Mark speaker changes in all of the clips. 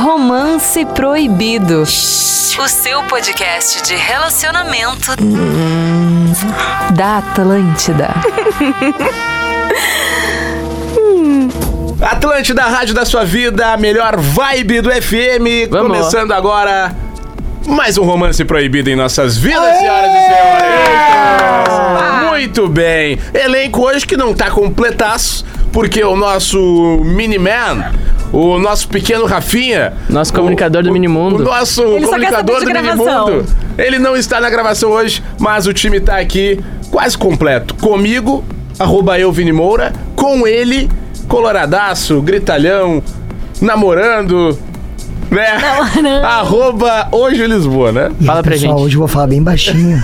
Speaker 1: Romance Proibido. O seu podcast de relacionamento da Atlântida.
Speaker 2: Atlântida, rádio da sua vida, a melhor vibe do FM.
Speaker 3: Vamos.
Speaker 2: Começando agora mais um romance proibido em nossas vidas, senhoras e
Speaker 3: Ah!
Speaker 2: senhores. Muito bem. Elenco hoje que não tá completaço, porque o nosso Miniman, o nosso pequeno Rafinha...
Speaker 3: Nosso comunicador do
Speaker 2: o-
Speaker 3: Minimundo.
Speaker 2: O nosso
Speaker 4: só quer
Speaker 2: comunicador do
Speaker 4: saber de gravação.
Speaker 2: Minimundo. Ele não está na gravação hoje, mas o time tá aqui quase completo. Comigo, arroba eu, Vini Moura. Com ele, coloradaço, gritalhão, namorando, né?
Speaker 4: Namorando.
Speaker 2: Arroba hoje Lisboa, né?
Speaker 3: Fala
Speaker 5: Ih,
Speaker 3: pra
Speaker 5: pessoal,
Speaker 3: gente.
Speaker 5: Hoje eu vou falar bem baixinho.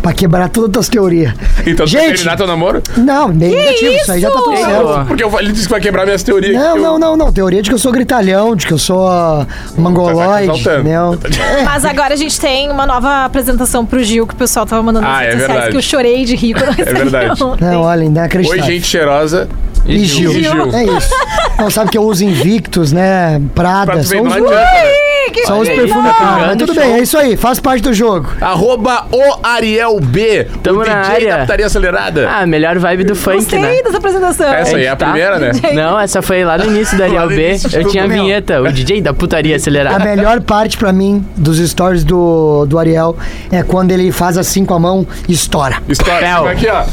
Speaker 5: pra quebrar todas as tuas teorias.
Speaker 2: Então, tu quer
Speaker 5: gente,
Speaker 2: terminar teu namoro?
Speaker 5: não, bem negativo, isso? aí já tá tudo
Speaker 3: isso?
Speaker 5: certo.
Speaker 2: Porque eu, ele disse que vai quebrar minhas teorias.
Speaker 5: Não,
Speaker 2: que eu-
Speaker 5: não, não, não. Teoria de que eu sou gritalhão, de que eu sou ah, mongoloide,
Speaker 2: Tá te exaltando.
Speaker 5: entendeu?
Speaker 4: Mas agora a gente tem uma nova apresentação pro Gil que o pessoal tava mandando
Speaker 2: Ah, é verdade.
Speaker 4: que eu chorei de rico.
Speaker 2: É verdade.
Speaker 5: Não, olha,
Speaker 2: Oi,
Speaker 5: inacreditável.
Speaker 2: gente cheirosa.
Speaker 5: E Gil.
Speaker 2: E Gil.
Speaker 5: É isso. Não, sabe que eu uso Invictus, né?
Speaker 2: Pra
Speaker 5: Prada,
Speaker 2: tu ver,
Speaker 5: só
Speaker 2: não
Speaker 5: uso,
Speaker 2: adianta. né?
Speaker 5: só uso perfume.
Speaker 3: Tá
Speaker 5: Ah, mas
Speaker 3: jogando
Speaker 5: tudo
Speaker 3: show.
Speaker 5: bem, é isso aí. Faz parte do jogo.
Speaker 2: Arroba o Ariel B,
Speaker 3: Tamo
Speaker 2: o DJ
Speaker 3: na
Speaker 2: da
Speaker 3: área.
Speaker 2: putaria tá acelerada.
Speaker 3: Ah, melhor vibe do funk,
Speaker 4: Gostei
Speaker 3: né?
Speaker 4: dessa apresentação.
Speaker 2: Essa aí é a
Speaker 3: Tá.
Speaker 2: primeira, né?
Speaker 3: Não, essa foi lá no início da Ariel
Speaker 2: no
Speaker 3: B.
Speaker 2: início de
Speaker 3: Eu
Speaker 2: tudo,
Speaker 3: tinha a
Speaker 5: meu. Tá
Speaker 3: vinheta, o DJ da putaria
Speaker 5: A
Speaker 3: acelerada.
Speaker 5: melhor parte pra mim dos stories do, do Ariel é quando ele faz assim com a mão e estoura.
Speaker 2: História. é
Speaker 3: Fel.
Speaker 2: Aqui, ó.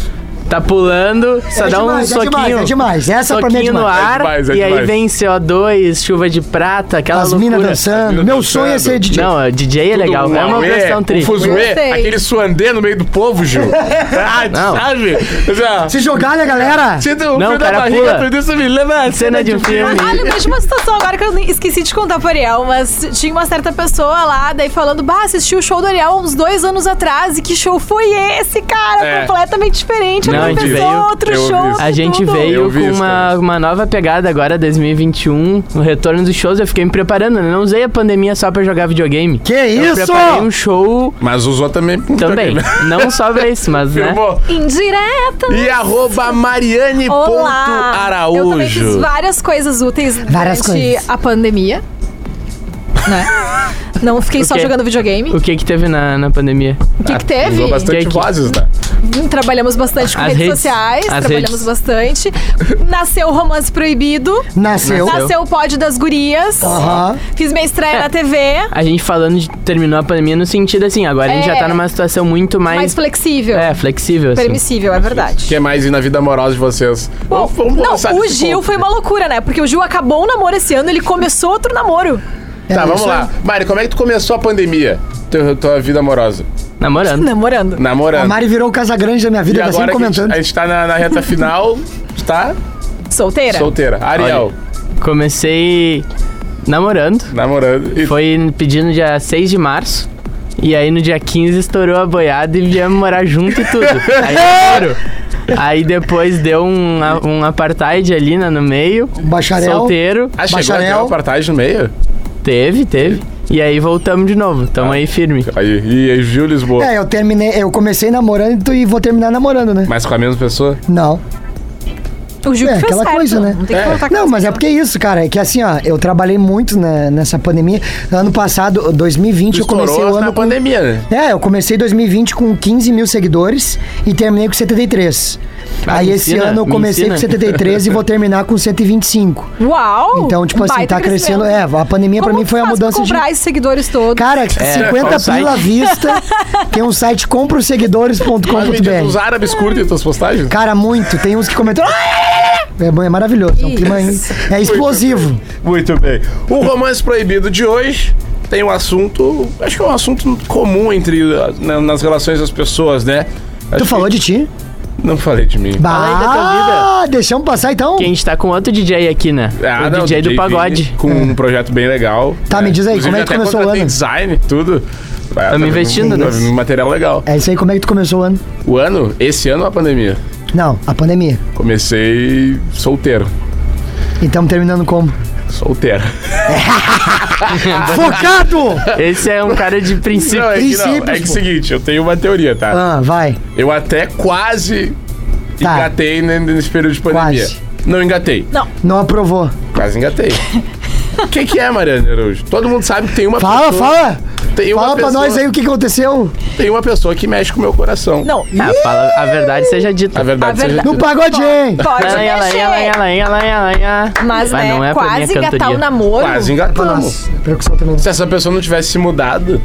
Speaker 3: Tá pulando, só
Speaker 5: É
Speaker 3: dá um
Speaker 5: demais, é
Speaker 3: soquinho.
Speaker 5: demais, é demais. Essa pra mim é
Speaker 3: soquinho no
Speaker 5: demais.
Speaker 3: ar,
Speaker 2: É demais, é
Speaker 3: e aí
Speaker 2: demais.
Speaker 3: vem CO2, chuva de prata, aquela
Speaker 5: As
Speaker 3: loucura.
Speaker 5: minas dançando.
Speaker 2: mina
Speaker 5: Meu
Speaker 2: dançando.
Speaker 5: sonho é ser DJ.
Speaker 3: Não, DJ é legal, é uma versão
Speaker 2: O
Speaker 3: tri.
Speaker 2: um fuzuê,
Speaker 4: Gostei.
Speaker 2: aquele suandê no meio do povo, Gil. ah,
Speaker 3: Não.
Speaker 2: sabe? ah,
Speaker 5: Se jogar, né, galera?
Speaker 2: Sinto o
Speaker 3: Não,
Speaker 2: frio um da
Speaker 3: cara,
Speaker 2: barriga,
Speaker 3: pula.
Speaker 2: tudo isso me leva a
Speaker 3: Cena de um filme.
Speaker 4: Ah, Olha, deixa uma situação agora que eu nem- esqueci de contar pro Ariel, mas tinha uma certa pessoa lá, daí falando, bah, assisti o show do Ariel uns dois anos atrás, e que show foi esse, cara?
Speaker 2: É.
Speaker 4: Completamente diferente,
Speaker 3: Não,
Speaker 4: outra
Speaker 3: a gente
Speaker 4: pessoa,
Speaker 3: veio-
Speaker 4: outro
Speaker 2: eu
Speaker 4: show.
Speaker 2: ouvi isso.
Speaker 3: A gente
Speaker 4: tudo.
Speaker 3: veio
Speaker 2: Eu vi
Speaker 3: com
Speaker 2: isso
Speaker 3: uma,
Speaker 2: também.
Speaker 3: uma nova pegada agora, 2021, o retorno dos shows. Eu fiquei me preparando, né? Não usei a pandemia só pra jogar videogame.
Speaker 5: Que
Speaker 3: Eu
Speaker 5: isso?
Speaker 3: preparei um show
Speaker 2: Mas usou também.
Speaker 3: também. Não só pra isso, mas né?
Speaker 2: Filmou.
Speaker 4: Indireta!
Speaker 2: E arroba Mariane ponto
Speaker 4: Olá! Eu também fiz
Speaker 2: Araújo.
Speaker 4: várias coisas úteis
Speaker 5: Várias
Speaker 4: durante
Speaker 5: coisas.
Speaker 4: a pandemia. Né? Não fiquei só
Speaker 3: quê?
Speaker 4: jogando videogame.
Speaker 3: O que que teve na, na pandemia?
Speaker 4: O que, que teve?
Speaker 2: Usou bastante
Speaker 3: Que que-
Speaker 2: vozes, né?
Speaker 4: Hum, Trabalhamos bastante com
Speaker 3: As
Speaker 4: redes,
Speaker 3: redes.
Speaker 4: sociais.
Speaker 3: As
Speaker 4: trabalhamos
Speaker 3: redes.
Speaker 4: bastante. Nasceu o Romance Proibido.
Speaker 5: Nasceu.
Speaker 3: Nasceu.
Speaker 4: Nasceu o Pod das Gurias.
Speaker 5: Aham.
Speaker 4: Fiz minha estreia
Speaker 3: É.
Speaker 4: na TV.
Speaker 3: A gente falando de terminou a pandemia no sentido assim, agora a gente
Speaker 4: É.
Speaker 3: já tá numa situação muito mais,
Speaker 4: Mais flexível.
Speaker 3: é, flexível assim.
Speaker 4: Permissível, é verdade.
Speaker 2: O que mais e na vida amorosa de vocês?
Speaker 4: Bom,
Speaker 2: Vamos- vamos
Speaker 4: não,
Speaker 2: lançar
Speaker 4: o
Speaker 2: esse
Speaker 4: Gil
Speaker 2: ponto.
Speaker 4: foi uma loucura, né? Porque o Gil acabou um namoro esse ano, ele começou outro namoro.
Speaker 5: É
Speaker 2: Tá, vamos
Speaker 5: isso
Speaker 2: lá.
Speaker 5: aí.
Speaker 2: Mari, como é que tu começou a pandemia? Teu- Tua vida amorosa?
Speaker 3: Namorando.
Speaker 4: Namorando.
Speaker 2: Namorando.
Speaker 5: A Mari virou o casa grande da minha
Speaker 2: e
Speaker 5: vida, tá
Speaker 2: agora
Speaker 5: sempre
Speaker 2: que a gente,
Speaker 5: comentando.
Speaker 2: a gente tá na, na reta final, tá?
Speaker 4: Solteira.
Speaker 2: Solteira. Ariel,
Speaker 3: Comecei namorando.
Speaker 2: namorando. E
Speaker 3: Foi pedindo dia 6 de março. E aí no dia 15 estourou a boiada e viemos morar junto e tudo. Aí, namoro. aí depois deu um, a- um apartheid ali na- no meio.
Speaker 5: Bacharel.
Speaker 3: Solteiro.
Speaker 2: Ah, chegou
Speaker 5: Bacharel.
Speaker 2: até o apartheid no meio?
Speaker 3: Teve, teve. E aí voltamos de novo. Tamo aí firme.
Speaker 2: Aí, e aí, Gil Lisboa.
Speaker 5: É, eu terminei, eu comecei namorando e vou terminar namorando, né?
Speaker 2: Mas com a mesma pessoa?
Speaker 5: Não.
Speaker 4: O Gil
Speaker 5: É,
Speaker 4: que fez
Speaker 5: aquela
Speaker 4: certo.
Speaker 5: coisa, né?
Speaker 4: Não tem que
Speaker 2: É.
Speaker 4: contar tá com
Speaker 5: Não,
Speaker 4: essas
Speaker 5: mas é
Speaker 4: coisas.
Speaker 5: porque é isso, cara. É que assim, ó, eu trabalhei muito na- nessa pandemia. Ano passado, 2020, eu comecei o
Speaker 2: na
Speaker 5: ano com.
Speaker 2: pandemia, né?
Speaker 5: É, eu comecei 2020 com 15 mil seguidores e terminei com 73.
Speaker 3: Ah,
Speaker 5: Aí
Speaker 3: me
Speaker 5: esse
Speaker 3: ensina,
Speaker 5: ano eu
Speaker 3: me
Speaker 5: comecei
Speaker 3: ensina.
Speaker 5: com 73 e vou terminar com 125.
Speaker 4: Uau! Um
Speaker 5: Então, tipo assim,
Speaker 4: Baita
Speaker 5: tá crescendo. É, a pandemia pra
Speaker 4: Como
Speaker 5: mim foi a
Speaker 4: tu faz
Speaker 5: mudança
Speaker 4: pra
Speaker 5: de.
Speaker 4: comprar esses seguidores todos.
Speaker 5: Cara,
Speaker 3: qual
Speaker 5: 50
Speaker 3: É, site?
Speaker 5: pila à vista. Tem um site
Speaker 2: Mas me diz, os
Speaker 5: comprosseguidores.com.br.
Speaker 2: árabes curtem tuas postagens?
Speaker 5: Cara, muito. Tem uns que comentam. É, bom, é maravilhoso. É, um clima,
Speaker 4: Isso.
Speaker 5: é explosivo.
Speaker 2: Muito bem. O romance proibido de hoje tem um assunto... Acho que é um assunto comum entre... ah, na- nas relações das pessoas, né? Acho
Speaker 5: Tu
Speaker 2: que-
Speaker 5: falou de ti?
Speaker 2: Não falei de mim.
Speaker 3: Fala aí da tua
Speaker 5: Bah, deixamos passar então.
Speaker 3: Que a gente tá com outro DJ aqui, né? o
Speaker 2: Ah, É, não,
Speaker 3: DJ, do
Speaker 2: Vini,
Speaker 3: pagode.
Speaker 2: com um projeto bem legal.
Speaker 5: Tá, me diz aí,
Speaker 2: Inclusive,
Speaker 5: como é
Speaker 2: até
Speaker 5: que começou o
Speaker 2: contratei
Speaker 5: ano?
Speaker 2: design, tudo. Tá
Speaker 3: investindo nisso.
Speaker 2: Um material legal.
Speaker 5: É isso aí, como é que tu começou o ano?
Speaker 2: O ano, esse ano, a pandemia.
Speaker 5: Não, a pandemia.
Speaker 2: Comecei solteiro.
Speaker 5: E estamos Então, terminando como?
Speaker 2: Solteiro.
Speaker 5: Focado!
Speaker 3: Esse é um cara de princípio.
Speaker 2: é que
Speaker 5: princípios,
Speaker 2: É que é o
Speaker 5: pô.
Speaker 2: seguinte, eu tenho uma teoria, tá?
Speaker 5: Ah, vai.
Speaker 2: Eu até quase
Speaker 5: Tá.
Speaker 2: engatei ne- nesse período de pandemia.
Speaker 5: Quase.
Speaker 2: Não engatei.
Speaker 5: Não aprovou.
Speaker 2: Quase engatei. O que, que é, Mariana Araújo? Todo mundo sabe que tem uma
Speaker 5: Fala,
Speaker 2: pessoa.
Speaker 5: fala!
Speaker 2: Tem uma
Speaker 5: Fala pra
Speaker 2: pessoa,
Speaker 5: nós aí o que aconteceu.
Speaker 2: Tem uma pessoa que mexe com o meu coração.
Speaker 4: Não,
Speaker 3: Ah, fala a verdade seja dita.
Speaker 2: A verdade,
Speaker 4: A
Speaker 2: seja
Speaker 4: verdade-
Speaker 5: No pagode, hein?
Speaker 4: pode
Speaker 3: Ela, ela,
Speaker 4: mexer.
Speaker 3: ela, ela, ela, ela, ela. Mas
Speaker 4: Mas, né,
Speaker 3: não é pra
Speaker 4: quase
Speaker 3: minha
Speaker 4: engatar
Speaker 3: cantoria.
Speaker 4: o namoro.
Speaker 2: quase engatamos.
Speaker 5: Nossa, percussão também.
Speaker 2: Se essa pessoa não tivesse se mudado,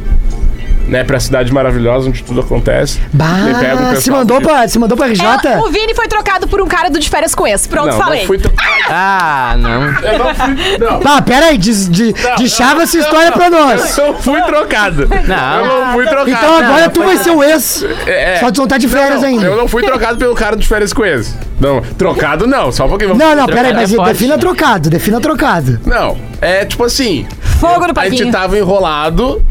Speaker 2: né, pra cidade maravilhosa onde tudo acontece. ele pega o
Speaker 5: Bah,
Speaker 2: pessoal
Speaker 5: se mandou,
Speaker 2: que-
Speaker 5: pra, se mandou pra RJ?
Speaker 4: Ela- É, o Vini foi trocado por um cara do de férias com esse. Pronto,
Speaker 2: não,
Speaker 4: falei.
Speaker 2: não fui tão.
Speaker 3: Ah, não.
Speaker 2: Eu não fui. Não.
Speaker 5: Ah, pera aí, de, de, de chava essa história pra
Speaker 2: Eu
Speaker 5: nós.
Speaker 2: não fui trocado.
Speaker 3: Não.
Speaker 2: Eu não fui trocado.
Speaker 5: Então agora
Speaker 3: não,
Speaker 5: tu vai ser o ex.
Speaker 2: É, é.
Speaker 5: Só de vontade de férias
Speaker 2: Não,
Speaker 5: ainda.
Speaker 2: Eu não fui trocado pelo cara de férias com esse. Não, trocado não, só um pouquinho.
Speaker 5: Não, não, pera aí,
Speaker 3: Trocado
Speaker 5: mas
Speaker 3: é forte,
Speaker 5: defina
Speaker 3: né?
Speaker 5: trocado, defina trocado.
Speaker 2: Não, é tipo assim,
Speaker 4: Fogo no
Speaker 2: a gente
Speaker 4: parquinho.
Speaker 2: tava enrolado,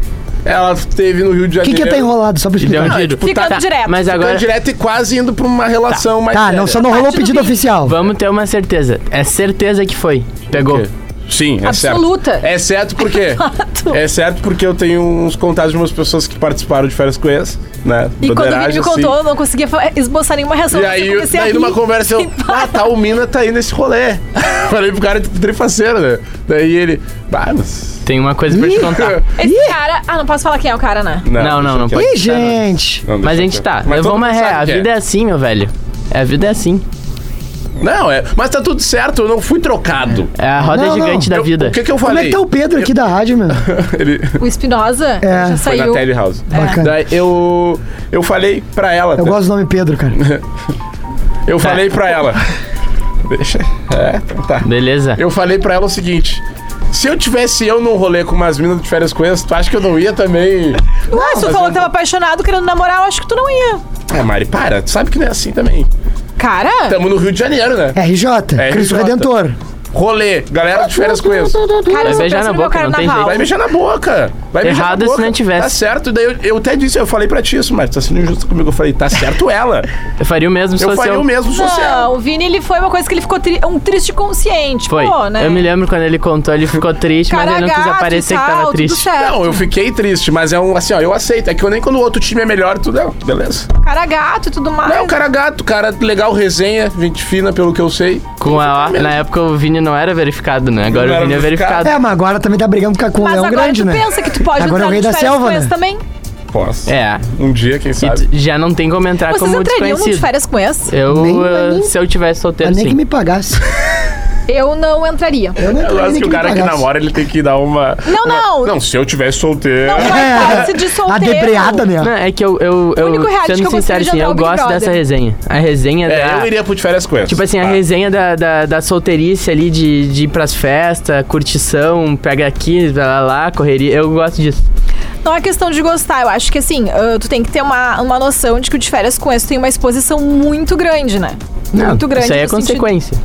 Speaker 2: ela teve no Rio de
Speaker 5: O que
Speaker 2: Janeiro.
Speaker 5: que é tá enrolado, só pra
Speaker 3: Deu um
Speaker 5: explicar.
Speaker 3: giro.
Speaker 4: Ficando direto.
Speaker 3: Mas
Speaker 2: Agora...
Speaker 3: agora,
Speaker 2: tipo, tá- direto e quase indo pra uma relação mais
Speaker 5: Tá, não,
Speaker 2: séria.
Speaker 5: só não rolou o
Speaker 4: Partido
Speaker 5: pedido
Speaker 4: fim.
Speaker 5: oficial.
Speaker 3: vamos ter uma certeza. É certeza que foi. Pegou.
Speaker 2: Sim, é certo.
Speaker 4: Absoluta.
Speaker 2: É certo por quê?
Speaker 4: Exato.
Speaker 2: É certo porque eu tenho uns contatos de umas pessoas que participaram de férias com esse, né?
Speaker 4: E quando o Vini
Speaker 2: Broderagem,
Speaker 4: me
Speaker 2: assim.
Speaker 4: contou, eu não conseguia fa- esboçar nenhuma reação.
Speaker 2: E
Speaker 4: mas eu
Speaker 2: aí,
Speaker 4: comecei a
Speaker 2: daí
Speaker 4: rir.
Speaker 2: numa conversa eu, ah, tá, o Mina tá aí nesse rolê. Falei pro cara tipo, trifaceiro, né? Daí ele, ah, mas.
Speaker 3: Tem uma coisa pra te contar.
Speaker 4: Esse cara... Ah, não posso falar quem é o cara, né?
Speaker 3: Não, não, não
Speaker 2: deixa
Speaker 3: pode.
Speaker 2: quieto.
Speaker 5: Ih, gente.
Speaker 2: Não, deixa
Speaker 3: Mas a gente
Speaker 2: quieto.
Speaker 3: tá.
Speaker 2: Mas
Speaker 3: Levou
Speaker 2: todo
Speaker 3: uma
Speaker 2: mundo
Speaker 3: ré.
Speaker 2: sabe
Speaker 3: A
Speaker 2: que é.
Speaker 3: vida é assim, meu velho. A vida é assim.
Speaker 2: Não, é. Mas tá tudo certo, eu não fui trocado.
Speaker 3: É a roda
Speaker 5: Não, não.
Speaker 3: gigante da
Speaker 2: Eu-
Speaker 3: vida.
Speaker 2: O que que eu
Speaker 5: Como
Speaker 2: falei?
Speaker 5: é que tá o Pedro aqui da rádio, meu?
Speaker 2: Ele
Speaker 4: O Espinosa
Speaker 5: É.
Speaker 4: já
Speaker 2: foi na
Speaker 4: saiu.
Speaker 2: Tele House.
Speaker 5: Bacana.
Speaker 2: Daí eu. Eu falei pra ela.
Speaker 3: É
Speaker 5: Eu
Speaker 2: tá?
Speaker 5: gosto do nome Pedro, cara.
Speaker 2: Eu falei pra ela. É. Deixa. É, então tá.
Speaker 3: Beleza.
Speaker 2: Eu falei pra ela o seguinte. Se eu tivesse eu num rolê com umas minas de férias com elas, tu acha que eu não ia também?
Speaker 4: Ué, se tu
Speaker 2: mas
Speaker 4: falou
Speaker 2: eu-
Speaker 4: que tava apaixonado, querendo namorar, eu acho que tu não ia.
Speaker 2: Ah, Mari, para. Tu sabe que não é assim também.
Speaker 4: Cara,
Speaker 2: Tamo no Rio de Janeiro, né?
Speaker 5: RJ,
Speaker 2: É,
Speaker 5: Cristo
Speaker 2: RJ.
Speaker 5: Redentor.
Speaker 2: Rolê, galera de férias com eles.
Speaker 4: cara, eu
Speaker 3: beijar
Speaker 4: só penso
Speaker 3: na
Speaker 4: no meu
Speaker 3: boca, não tem
Speaker 4: carnaval.
Speaker 2: Vai mexer na boca. Vai beijar
Speaker 3: Errado
Speaker 2: na
Speaker 3: se
Speaker 2: boca.
Speaker 3: não tivesse.
Speaker 2: Tá certo. Daí eu, eu até disse, eu falei pra ti isso, Mari. Tá sendo injusto comigo. Eu falei, tá certo ela.
Speaker 3: Eu faria o mesmo se
Speaker 2: eu
Speaker 3: fosse
Speaker 2: faria
Speaker 3: eu.
Speaker 2: o mesmo social.
Speaker 4: Não, é. o Vini, ele foi uma coisa que ele ficou tri- um triste consciente.
Speaker 3: Foi.
Speaker 4: Pô, né?
Speaker 3: Eu me lembro quando ele contou, ele ficou triste, mas
Speaker 4: Cara
Speaker 3: ele não quis
Speaker 4: gato e
Speaker 3: aparecer que
Speaker 4: tal,
Speaker 3: tava
Speaker 4: tudo
Speaker 3: triste.
Speaker 4: certo.
Speaker 2: Não, eu fiquei triste, mas é um assim, ó, eu aceito. É que eu nem quando o outro time é melhor, tudo é, beleza.
Speaker 4: Cara gato e tudo mais.
Speaker 2: Não, cara é gato, cara legal, resenha, gente fina, pelo que eu sei.
Speaker 3: Com a,
Speaker 2: mesmo.
Speaker 3: na época o Vini não era verificado, né? Agora
Speaker 2: é Não
Speaker 3: o Vini
Speaker 2: era
Speaker 3: é
Speaker 2: verificado.
Speaker 3: verificado.
Speaker 5: É, mas agora também tá brigando com com o
Speaker 4: Mas
Speaker 5: Leão
Speaker 4: agora
Speaker 5: Grande,
Speaker 4: tu
Speaker 5: né?
Speaker 4: pensa que tu pode
Speaker 5: Agora é o
Speaker 4: entrar
Speaker 5: rei
Speaker 4: de
Speaker 5: da
Speaker 4: férias
Speaker 5: selva,
Speaker 4: com esse
Speaker 5: né?
Speaker 4: também.
Speaker 2: Posso.
Speaker 3: É.
Speaker 2: Um dia, quem sabe.
Speaker 3: E tu já não tem como entrar
Speaker 4: Vocês
Speaker 3: É como
Speaker 4: entrariam num de
Speaker 3: desconhecido.
Speaker 4: férias com esse?
Speaker 3: Eu,
Speaker 5: Nem-
Speaker 3: eh,
Speaker 5: nem-
Speaker 3: se eu tivesse solteiro,
Speaker 5: Mas nem
Speaker 3: sim.
Speaker 5: que me pagasse.
Speaker 3: É.
Speaker 4: Eu não entraria.
Speaker 5: Eu não
Speaker 2: Eu
Speaker 5: entraria,
Speaker 2: acho
Speaker 5: nem
Speaker 2: que o cara que
Speaker 5: me pagasse.
Speaker 2: namora, ele tem que dar uma.
Speaker 4: Não,
Speaker 2: uma-
Speaker 4: não.
Speaker 2: Não, se eu tivesse solteiro.
Speaker 4: Não vai dar esse de
Speaker 5: É. A
Speaker 4: solteiro.
Speaker 5: debreada, né?
Speaker 3: Não, é que eu, eu, eu
Speaker 4: único reality que
Speaker 3: sendo
Speaker 4: eu gostaria
Speaker 3: sincero,
Speaker 4: de
Speaker 3: assim,
Speaker 4: entrar é
Speaker 3: eu
Speaker 4: o Big
Speaker 3: gosto
Speaker 4: Brother.
Speaker 3: dessa resenha. A resenha
Speaker 2: É,
Speaker 3: da...
Speaker 2: eu iria pro de férias com essa.
Speaker 3: Tipo assim, a
Speaker 2: Tá.
Speaker 3: resenha da, da, da solteirice ali, de, de ir pras festas, curtição, pega aqui, vai lá, lá, correria. Eu gosto disso.
Speaker 4: Não é questão de gostar. Eu acho que assim, ah, tu tem que ter uma, uma noção de que o de férias com esse tem uma exposição muito grande, né? muito grande.
Speaker 3: Isso aí é
Speaker 4: no sentido-
Speaker 3: consequência.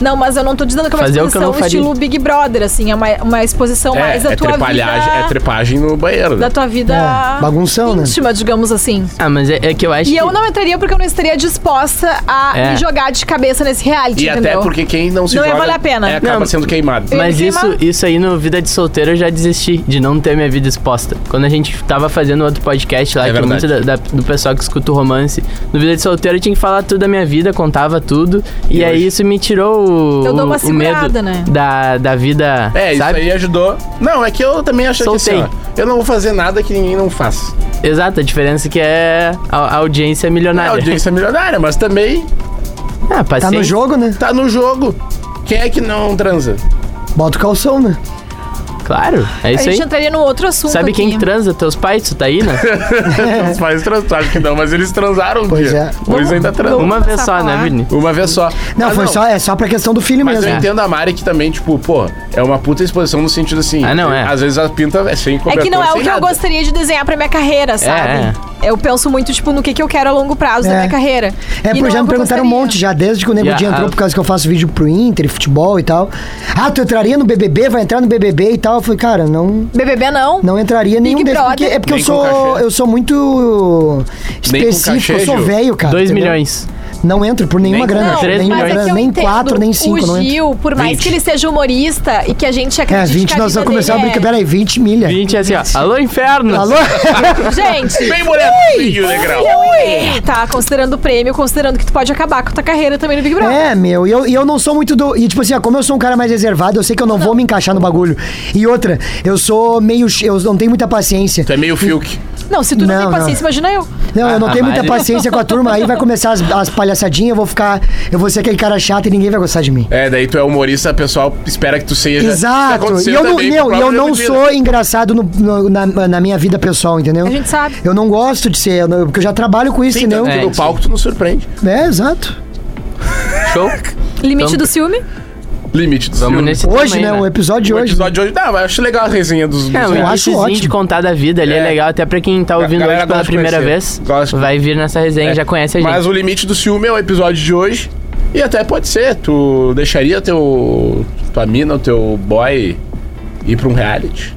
Speaker 4: Não, mas eu não tô dizendo que é uma
Speaker 3: Fazer o que eu não
Speaker 4: exposição
Speaker 3: faria.
Speaker 4: estilo Big Brother, assim. É uma, uma exposição
Speaker 2: é,
Speaker 4: mais da
Speaker 2: é
Speaker 4: tua
Speaker 2: trepalhagem, é
Speaker 4: vida.
Speaker 2: trepagem no banheiro. né?
Speaker 4: da tua vida
Speaker 5: É, bagunção, né?
Speaker 4: íntima, digamos assim.
Speaker 3: Ah, mas é, é que eu acho
Speaker 4: E
Speaker 3: que...
Speaker 4: eu não entraria porque eu não estaria disposta a
Speaker 3: É.
Speaker 4: me jogar de cabeça nesse reality,
Speaker 2: E
Speaker 4: entendeu?
Speaker 2: até porque quem não se
Speaker 4: Não ia
Speaker 2: joga
Speaker 4: valer a pena.
Speaker 2: é, acaba
Speaker 3: Não.
Speaker 2: sendo queimado. né?
Speaker 4: Eu-
Speaker 3: Mas
Speaker 4: Ele
Speaker 3: isso,
Speaker 4: queima-
Speaker 3: isso aí no Vida de Solteiro eu já desisti de não ter minha vida exposta. Quando a gente tava fazendo outro podcast
Speaker 2: É
Speaker 3: lá, que é
Speaker 2: verdade.
Speaker 3: muito da- da- do pessoal que escuta o romance, no Vida de Solteiro eu tinha que falar tudo da minha vida, contava tudo. E,
Speaker 2: E
Speaker 3: aí
Speaker 2: hoje?
Speaker 3: isso me tirou o,
Speaker 4: Eu dou uma
Speaker 3: o medo
Speaker 4: segurada, né?
Speaker 3: da, da vida,
Speaker 2: É,
Speaker 3: sabe?
Speaker 2: isso aí ajudou. Não, é que eu também achei que assim,
Speaker 3: Soltei.
Speaker 2: ó, eu não vou fazer nada que ninguém não faça.
Speaker 3: Exato, a diferença é que é a, a audiência
Speaker 2: A
Speaker 3: milionária.
Speaker 2: audiência é milionária, mas também
Speaker 3: Ah, paciência.
Speaker 5: Tá no jogo, né?
Speaker 2: tá no jogo. Quem é que não transa?
Speaker 5: Bota o calção, né?
Speaker 3: Claro, é
Speaker 4: a
Speaker 3: isso
Speaker 4: gente um
Speaker 3: aí.
Speaker 4: entraria num outro assunto.
Speaker 3: Sabe quem
Speaker 4: aqui.
Speaker 3: que transa? Teus pais, tu tá aí, né?
Speaker 2: Os pais transam, acho que não, mas eles transaram um
Speaker 5: É. Pois
Speaker 2: dia.
Speaker 5: é.
Speaker 2: Pois ainda transam.
Speaker 3: Uma
Speaker 4: Vamos
Speaker 3: vez
Speaker 4: passar a
Speaker 3: só, né,
Speaker 4: falar.
Speaker 3: Vini?
Speaker 2: Uma vez só.
Speaker 5: Não,
Speaker 2: Ah,
Speaker 5: foi só, é só pra questão do filho
Speaker 2: Mas eu
Speaker 5: mesmo.
Speaker 2: entendo a Mari que também, tipo, pô, é uma puta exposição no sentido assim.
Speaker 3: Ah, não, é.
Speaker 2: Às vezes a pinta é sem
Speaker 4: É
Speaker 2: cobertor,
Speaker 4: que não é o
Speaker 2: sem
Speaker 4: que eu
Speaker 2: nada.
Speaker 4: gostaria de desenhar pra minha
Speaker 3: É.
Speaker 4: carreira, sabe? Eu penso muito, tipo, no que, que eu quero a longo prazo
Speaker 5: É.
Speaker 4: da minha carreira.
Speaker 5: É,
Speaker 4: E
Speaker 5: porque
Speaker 4: não
Speaker 5: já me
Speaker 4: o que eu
Speaker 5: perguntaram um
Speaker 4: gostaria.
Speaker 5: monte já, desde que o Nego
Speaker 3: Yeah,
Speaker 5: Dia entrou,
Speaker 3: ah.
Speaker 5: por causa que eu faço vídeo pro Inter, futebol e tal. Ah, tu entraria no BBB, vai entrar no BBB e tal. Eu falei, cara, não,
Speaker 4: BBB não.
Speaker 5: não entraria em nenhum
Speaker 4: Big
Speaker 5: desses, porque
Speaker 4: Brother.
Speaker 5: é porque eu
Speaker 2: Nem com
Speaker 5: sou,
Speaker 2: cachê.
Speaker 5: eu sou muito
Speaker 2: Nem com
Speaker 5: específico,
Speaker 2: cachê,
Speaker 5: eu sou
Speaker 2: Gil.
Speaker 5: velho, cara.
Speaker 3: 2
Speaker 5: entendeu?
Speaker 3: milhões.
Speaker 5: Não entro por nenhuma
Speaker 2: Nem-
Speaker 5: grana.
Speaker 4: Não,
Speaker 3: Três
Speaker 4: mas
Speaker 5: nenhuma
Speaker 4: é
Speaker 5: grana,
Speaker 4: que eu
Speaker 5: nem
Speaker 4: entendo.
Speaker 5: quatro, nem cinco, não
Speaker 4: O
Speaker 5: entro.
Speaker 4: Gil, por mais
Speaker 2: 20.
Speaker 4: que ele seja humorista e que a gente
Speaker 5: É,
Speaker 4: acredite
Speaker 5: 20
Speaker 4: que a
Speaker 5: nós
Speaker 4: vida
Speaker 5: vamos começar a
Speaker 4: dele
Speaker 5: brincar. Peraí, 20 milha. Tá
Speaker 3: 20 assim, ó. Alô, inferno!
Speaker 5: Alô?
Speaker 4: é... Gente...
Speaker 2: Bem moletinho, legal.
Speaker 4: Ui, tá, considerando o prêmio, considerando que tu pode acabar com a tua carreira também no Big Brother.
Speaker 5: É, meu, e eu, e eu não sou muito do. E tipo assim, ó, como eu sou um cara mais reservado, eu sei que eu não, vou me encaixar no bagulho. E outra, eu sou meio. ch- Eu não tenho muita paciência.
Speaker 2: Tu é meio Fiuk.
Speaker 4: Não, se tu não,
Speaker 5: Não,
Speaker 4: tem
Speaker 5: não.
Speaker 4: paciência, imagina eu.
Speaker 5: Não, eu não
Speaker 3: Ah,
Speaker 5: tenho muita
Speaker 3: Mari.
Speaker 2: é.
Speaker 5: paciência com a turma, aí vai começar as, as palhaçadinhas, eu vou ficar. Eu vou ser aquele cara chato e ninguém vai gostar de mim.
Speaker 2: É, daí tu é humorista, o pessoal espera que tu seja.
Speaker 5: Exato. E eu não, meu, e eu não sou engraçado no- no- na, na minha vida pessoal, entendeu?
Speaker 4: A gente sabe.
Speaker 5: Eu não gosto de ser, eu não- porque eu já trabalho com isso,
Speaker 2: Sim,
Speaker 5: entendeu?
Speaker 2: tanto que
Speaker 3: É,
Speaker 2: no
Speaker 3: sim.
Speaker 2: palco tu não surpreende.
Speaker 5: É, exato.
Speaker 3: Show?
Speaker 4: Limite
Speaker 3: Então-
Speaker 4: do ciúme?
Speaker 2: Limite do
Speaker 3: Vamos
Speaker 2: filme.
Speaker 3: nesse
Speaker 5: Hoje,
Speaker 3: também,
Speaker 5: né? O episódio de
Speaker 2: O
Speaker 5: hoje.
Speaker 2: episódio de hoje. Não, mas eu acho legal a resenha dos. dos-
Speaker 3: É, um
Speaker 5: Eu acho
Speaker 3: iníciozinho
Speaker 5: ótimo.
Speaker 3: de contar da vida ali é,
Speaker 2: É.
Speaker 3: legal, até pra quem tá
Speaker 2: A
Speaker 3: ouvindo
Speaker 2: galera
Speaker 3: hoje pela
Speaker 2: gosta de
Speaker 3: primeira
Speaker 2: conhecer.
Speaker 3: vez,
Speaker 2: Gosta. É.
Speaker 3: vai vir nessa resenha, já conhece a gente.
Speaker 2: Mas o limite do ciúme é o episódio de hoje. E até pode ser, tu deixaria teu. tua mina, o teu boy ir pra um reality?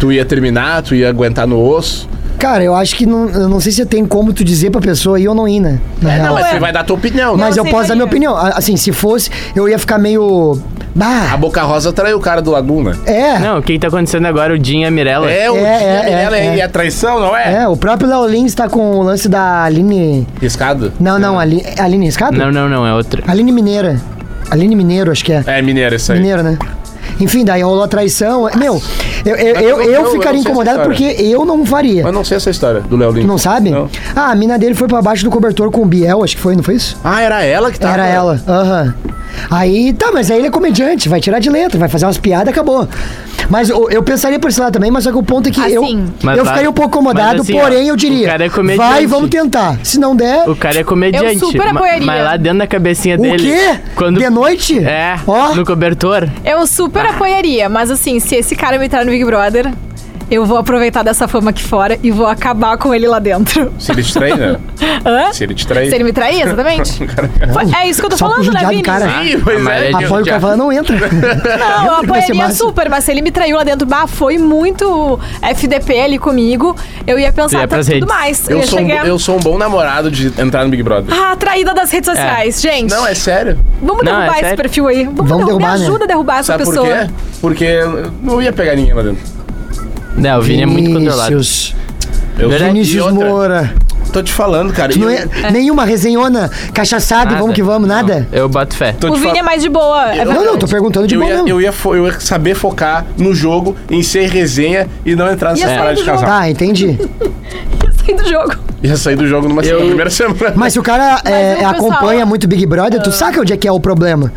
Speaker 2: Tu ia terminar, tu ia aguentar no osso.
Speaker 5: Cara, eu acho que não, eu não sei se tem como tu dizer pra pessoa ir ou não ir, né? Na real.
Speaker 2: Não, mas
Speaker 4: é.
Speaker 2: você vai dar tua opinião, né?
Speaker 5: Mas
Speaker 4: Não,
Speaker 5: eu
Speaker 4: sem
Speaker 5: posso dar minha
Speaker 4: valia.
Speaker 5: opinião. A- Assim, se fosse, eu ia ficar meio.
Speaker 2: A
Speaker 5: Bah!
Speaker 2: Boca Rosa traiu o cara do Laguna.
Speaker 5: É!
Speaker 3: Não, o que tá acontecendo agora, o Dinho e a Mirella.
Speaker 2: É, o
Speaker 5: é,
Speaker 2: é,
Speaker 5: é, é.
Speaker 2: e a traição, não é?
Speaker 5: É, o próprio Léo Lins tá com o lance da Aline.
Speaker 2: Riscado?
Speaker 5: Não, não, Aline, é Aline Riscado?
Speaker 3: Não, não, não, é outra.
Speaker 5: Aline Mineira. Aline Mineiro, acho que é.
Speaker 2: É, mineiro isso aí.
Speaker 5: Mineiro, né? Enfim, daí rolou a traição. é, Meu, eu, eu, eu,
Speaker 2: eu- eu
Speaker 5: eu
Speaker 2: não
Speaker 5: ficaria
Speaker 2: sei
Speaker 5: incomodado
Speaker 2: essa
Speaker 5: porque eu não faria.
Speaker 2: Mas não sei essa história do Léo Lins.
Speaker 5: Tu não sabe?
Speaker 2: Não.
Speaker 5: Ah, a mina dele foi pra baixo do cobertor com o Biel, acho que foi, não foi isso?
Speaker 2: Ah, era ela que tava.
Speaker 5: Era ela. Aham. Aí, tá, mas aí ele é comediante, vai tirar de letra, vai fazer umas piadas, acabou. Mas eu, eu pensaria por esse lado também, mas só que o ponto é que eu,
Speaker 4: Assim.
Speaker 3: Mas
Speaker 5: eu
Speaker 3: tá-
Speaker 5: ficaria um pouco incomodado,
Speaker 3: mas assim, ó,
Speaker 5: porém eu diria.
Speaker 3: o cara é comediante.
Speaker 5: vai, vamos tentar. Se não der,
Speaker 3: O cara é comediante.
Speaker 4: Eu super
Speaker 3: ma-
Speaker 4: apoiaria.
Speaker 3: Mas lá dentro da cabecinha
Speaker 5: o
Speaker 3: dele.
Speaker 5: quê?
Speaker 3: Quando...
Speaker 5: De noite?
Speaker 3: É,
Speaker 5: Ó, ah,
Speaker 3: no cobertor.
Speaker 4: Eu super apoiaria, mas assim, se esse cara me entrar no Big Brother, eu vou aproveitar dessa fama aqui fora e vou acabar com ele lá dentro.
Speaker 2: Se ele te trair, né?
Speaker 4: Hã?
Speaker 2: Se ele te trair.
Speaker 4: Se ele me trair, exatamente? Foi- é isso que eu tô
Speaker 5: Só
Speaker 4: falando, né,
Speaker 5: prejudicar do
Speaker 4: Vini?
Speaker 5: cara.
Speaker 2: Sim, pois
Speaker 3: Ah,
Speaker 2: é.
Speaker 3: mas
Speaker 2: gente.
Speaker 5: apoio o cara fala, não entra.
Speaker 4: Não, eu
Speaker 5: Vai ser
Speaker 4: apoiaria
Speaker 5: massa.
Speaker 4: super, mas se ele me traiu lá dentro, bah, foi muito FDP ali comigo, eu ia
Speaker 3: Tu
Speaker 4: pensar,
Speaker 3: ia
Speaker 4: tá
Speaker 3: pras
Speaker 4: tudo
Speaker 3: redes.
Speaker 4: mais.
Speaker 2: Eu
Speaker 4: ia
Speaker 2: sou, um,
Speaker 4: chegar-
Speaker 2: bo- eu sou um bom namorado de entrar no Big Brother.
Speaker 4: Ah, traída das redes sociais, gente.
Speaker 2: Não, é sério.
Speaker 4: Vamos
Speaker 3: Não, é
Speaker 4: derrubar esse
Speaker 3: sério.
Speaker 4: perfil aí. Vamos,
Speaker 5: Vamos
Speaker 4: derrubar,
Speaker 5: derrubar,
Speaker 4: me
Speaker 5: né?
Speaker 4: ajuda a derrubar essa
Speaker 2: Sabe por
Speaker 4: pessoa.
Speaker 2: quê? Porque eu não ia pegar ninguém lá dentro.
Speaker 3: Não, o Vini é muito controlado.
Speaker 5: Vinícius.
Speaker 2: Eu
Speaker 3: Verdade.
Speaker 5: Vinícius
Speaker 2: E outra,
Speaker 5: Moura.
Speaker 2: Tô te falando, cara.
Speaker 5: Tu não
Speaker 2: eu-
Speaker 5: é, Nenhuma resenhona, cachaçada,
Speaker 3: Nada.
Speaker 5: vamos que vamos,
Speaker 3: Não,
Speaker 5: nada.
Speaker 3: Eu boto fé.
Speaker 2: tô
Speaker 4: O
Speaker 2: te
Speaker 4: Vini é
Speaker 2: fal-
Speaker 4: mais de boa. é
Speaker 5: Não,
Speaker 4: verdade.
Speaker 5: não, tô perguntando de
Speaker 2: eu
Speaker 5: bom
Speaker 2: ia,
Speaker 5: mesmo.
Speaker 2: eu, ia fo- eu ia saber focar no jogo, em ser resenha e não entrar nessa
Speaker 4: Ia sair
Speaker 2: parada
Speaker 4: do
Speaker 2: de casal.
Speaker 5: Tá, entendi.
Speaker 4: Saí do jogo.
Speaker 2: Ia sair do jogo numa
Speaker 3: Eu-
Speaker 2: na primeira semana.
Speaker 5: Mas se o cara é,
Speaker 4: o pessoal- Ah.
Speaker 5: acompanha muito Big Brother, tu saca onde é que é o problema.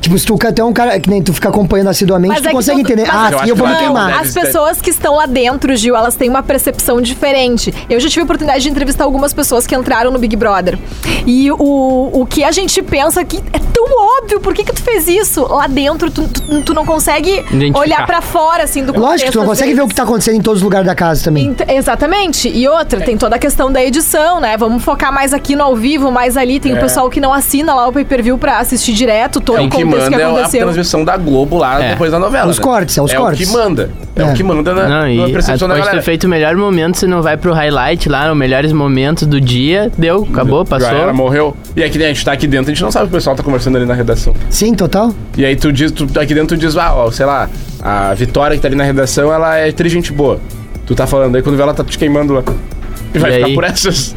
Speaker 5: Tipo, se tu até um cara que nem tu fica acompanhando assiduamente,
Speaker 4: Mas
Speaker 5: tu
Speaker 4: é que
Speaker 5: consegue
Speaker 4: todo-
Speaker 5: entender.
Speaker 4: mas-
Speaker 5: Ah,
Speaker 2: Eu
Speaker 5: aqui
Speaker 2: acho
Speaker 5: eu vou
Speaker 2: que
Speaker 5: me
Speaker 2: lá é um
Speaker 5: queimar.
Speaker 2: deve
Speaker 4: As
Speaker 2: ter-
Speaker 4: pessoas que estão lá dentro, Gil, elas têm uma percepção diferente. Eu já tive a oportunidade de entrevistar algumas pessoas que entraram no Big Brother. E o, o que a gente pensa que é tão óbvio, por que, que tu fez isso? Lá dentro, tu, tu- tu não consegue
Speaker 3: Identificar.
Speaker 4: olhar pra fora, assim, do
Speaker 5: Lógico, tu não consegue ver o que tá acontecendo em todos os lugares da casa também.
Speaker 4: Ent- Então, Exatamente. E outra, tem toda a questão da edição, né? Vamos focar mais aqui no ao vivo, mais ali. Tem o pessoal que não assina lá o pay-per-view pra assistir direto, todo
Speaker 2: É
Speaker 4: o
Speaker 2: o que
Speaker 4: contexto que
Speaker 2: manda é a
Speaker 4: aconteceu.
Speaker 2: transmissão da Globo lá
Speaker 3: É.
Speaker 2: depois da novela.
Speaker 5: Os
Speaker 2: né?
Speaker 5: cortes, é os cortes.
Speaker 2: É o que manda. É,
Speaker 5: É.
Speaker 2: o que manda na,
Speaker 3: Não, e
Speaker 2: na percepção
Speaker 3: a-
Speaker 2: da
Speaker 3: pode
Speaker 2: galera.
Speaker 3: ter feito o melhor momento, você não vai pro highlight lá, os melhores momentos do dia, deu, acabou, passou.
Speaker 2: Já era, morreu. E aqui, né, a gente tá aqui dentro, a gente não sabe o que o pessoal tá conversando ali na redação.
Speaker 5: Sim, total?
Speaker 2: E aí tu diz, tu, aqui dentro tu diz, ah, ó, sei lá, a Vitória que tá ali na redação, ela é três gente boa. Tu tá falando, aí quando vê ela tá te queimando lá. E vai
Speaker 3: E
Speaker 2: ficar
Speaker 3: aí?
Speaker 2: por essas.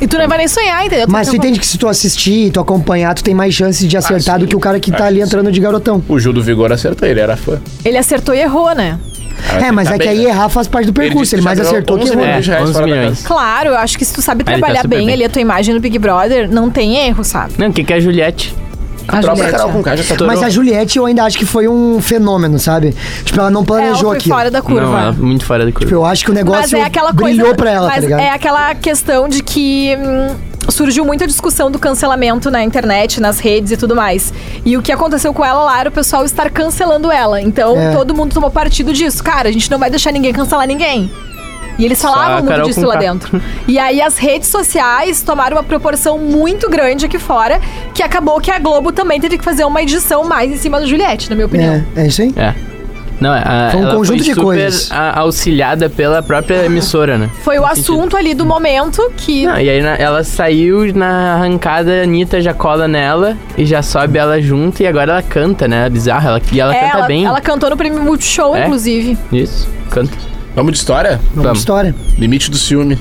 Speaker 4: E tu não vai um- nem sonhar, entendeu?
Speaker 5: Mas tu
Speaker 4: tem
Speaker 5: entende que se tu assistir, tu acompanhar, tu tem mais chances de acertar
Speaker 2: sim.
Speaker 5: do que o cara que
Speaker 2: Ah,
Speaker 5: tá ali
Speaker 2: sim.
Speaker 5: entrando de garotão.
Speaker 2: O Gil do Vigor acertou, ele era fã.
Speaker 4: Ele acertou e errou, né?
Speaker 5: É, mas
Speaker 2: tá
Speaker 5: é que aí errar faz parte do percurso.
Speaker 2: né? disse
Speaker 5: Ele
Speaker 2: que
Speaker 5: mais
Speaker 2: já ganhou
Speaker 5: acertou que
Speaker 2: 11
Speaker 5: errou.
Speaker 2: milhões.
Speaker 3: É,
Speaker 2: Já é
Speaker 3: 11
Speaker 2: fora da
Speaker 3: milhões.
Speaker 4: Claro, eu acho que se tu sabe
Speaker 3: tá
Speaker 4: trabalhar
Speaker 3: super
Speaker 4: bem,
Speaker 3: bem.
Speaker 4: ali a tua imagem no Big Brother, não tem erro, sabe?
Speaker 3: Não, o que que é a Juliette?
Speaker 2: A própria
Speaker 4: Juliette,
Speaker 2: Carol
Speaker 4: né?
Speaker 2: com tá já saturou.
Speaker 5: Mas a Juliette eu ainda acho que foi um fenômeno, sabe? Tipo, ela não
Speaker 4: É, ela
Speaker 5: planejou
Speaker 4: foi
Speaker 5: aqui.
Speaker 4: fora da
Speaker 3: Não, ela é
Speaker 4: curva. Tipo,
Speaker 3: muito fora do curva.
Speaker 5: Eu acho que o
Speaker 4: mas
Speaker 5: negócio
Speaker 4: é aquela coisa.
Speaker 5: brilhou pra ela,
Speaker 4: mas
Speaker 5: tá ligado?
Speaker 4: é aquela questão de que. hum, Surgiu muita discussão do cancelamento na internet, nas redes e tudo mais. E o que aconteceu com ela lá era o pessoal estar cancelando ela. Então
Speaker 5: É.
Speaker 4: todo mundo tomou partido disso. Cara, a gente não vai deixar ninguém cancelar ninguém. E eles
Speaker 3: a
Speaker 4: falavam muito
Speaker 3: Carol
Speaker 4: disso
Speaker 3: com
Speaker 4: lá
Speaker 3: K.
Speaker 4: dentro. E aí as redes sociais tomaram uma proporção muito grande aqui fora, que acabou que a Globo também teve que fazer uma edição mais em cima do Juliette, na minha opinião.
Speaker 5: É, é isso aí.
Speaker 3: É. Não, a,
Speaker 5: Foi um
Speaker 3: ela foi
Speaker 5: conjunto de
Speaker 3: super
Speaker 5: coisas.
Speaker 3: a- auxiliada pela própria emissora, né?
Speaker 4: Foi o
Speaker 3: Nesse sentido.
Speaker 4: assunto ali do momento que.
Speaker 3: Não, e aí na- ela saiu na arrancada, a Anitta já cola nela e já sobe ela junto e agora ela canta, né? É bizarro, ela, e ela
Speaker 4: É,
Speaker 3: canta
Speaker 4: ela,
Speaker 3: bem.
Speaker 4: ela cantou no prêmio Multishow,
Speaker 3: É?
Speaker 4: inclusive.
Speaker 3: Isso, canta.
Speaker 2: Vamos de história?
Speaker 5: Vamos. História.
Speaker 2: Limite do ciúme.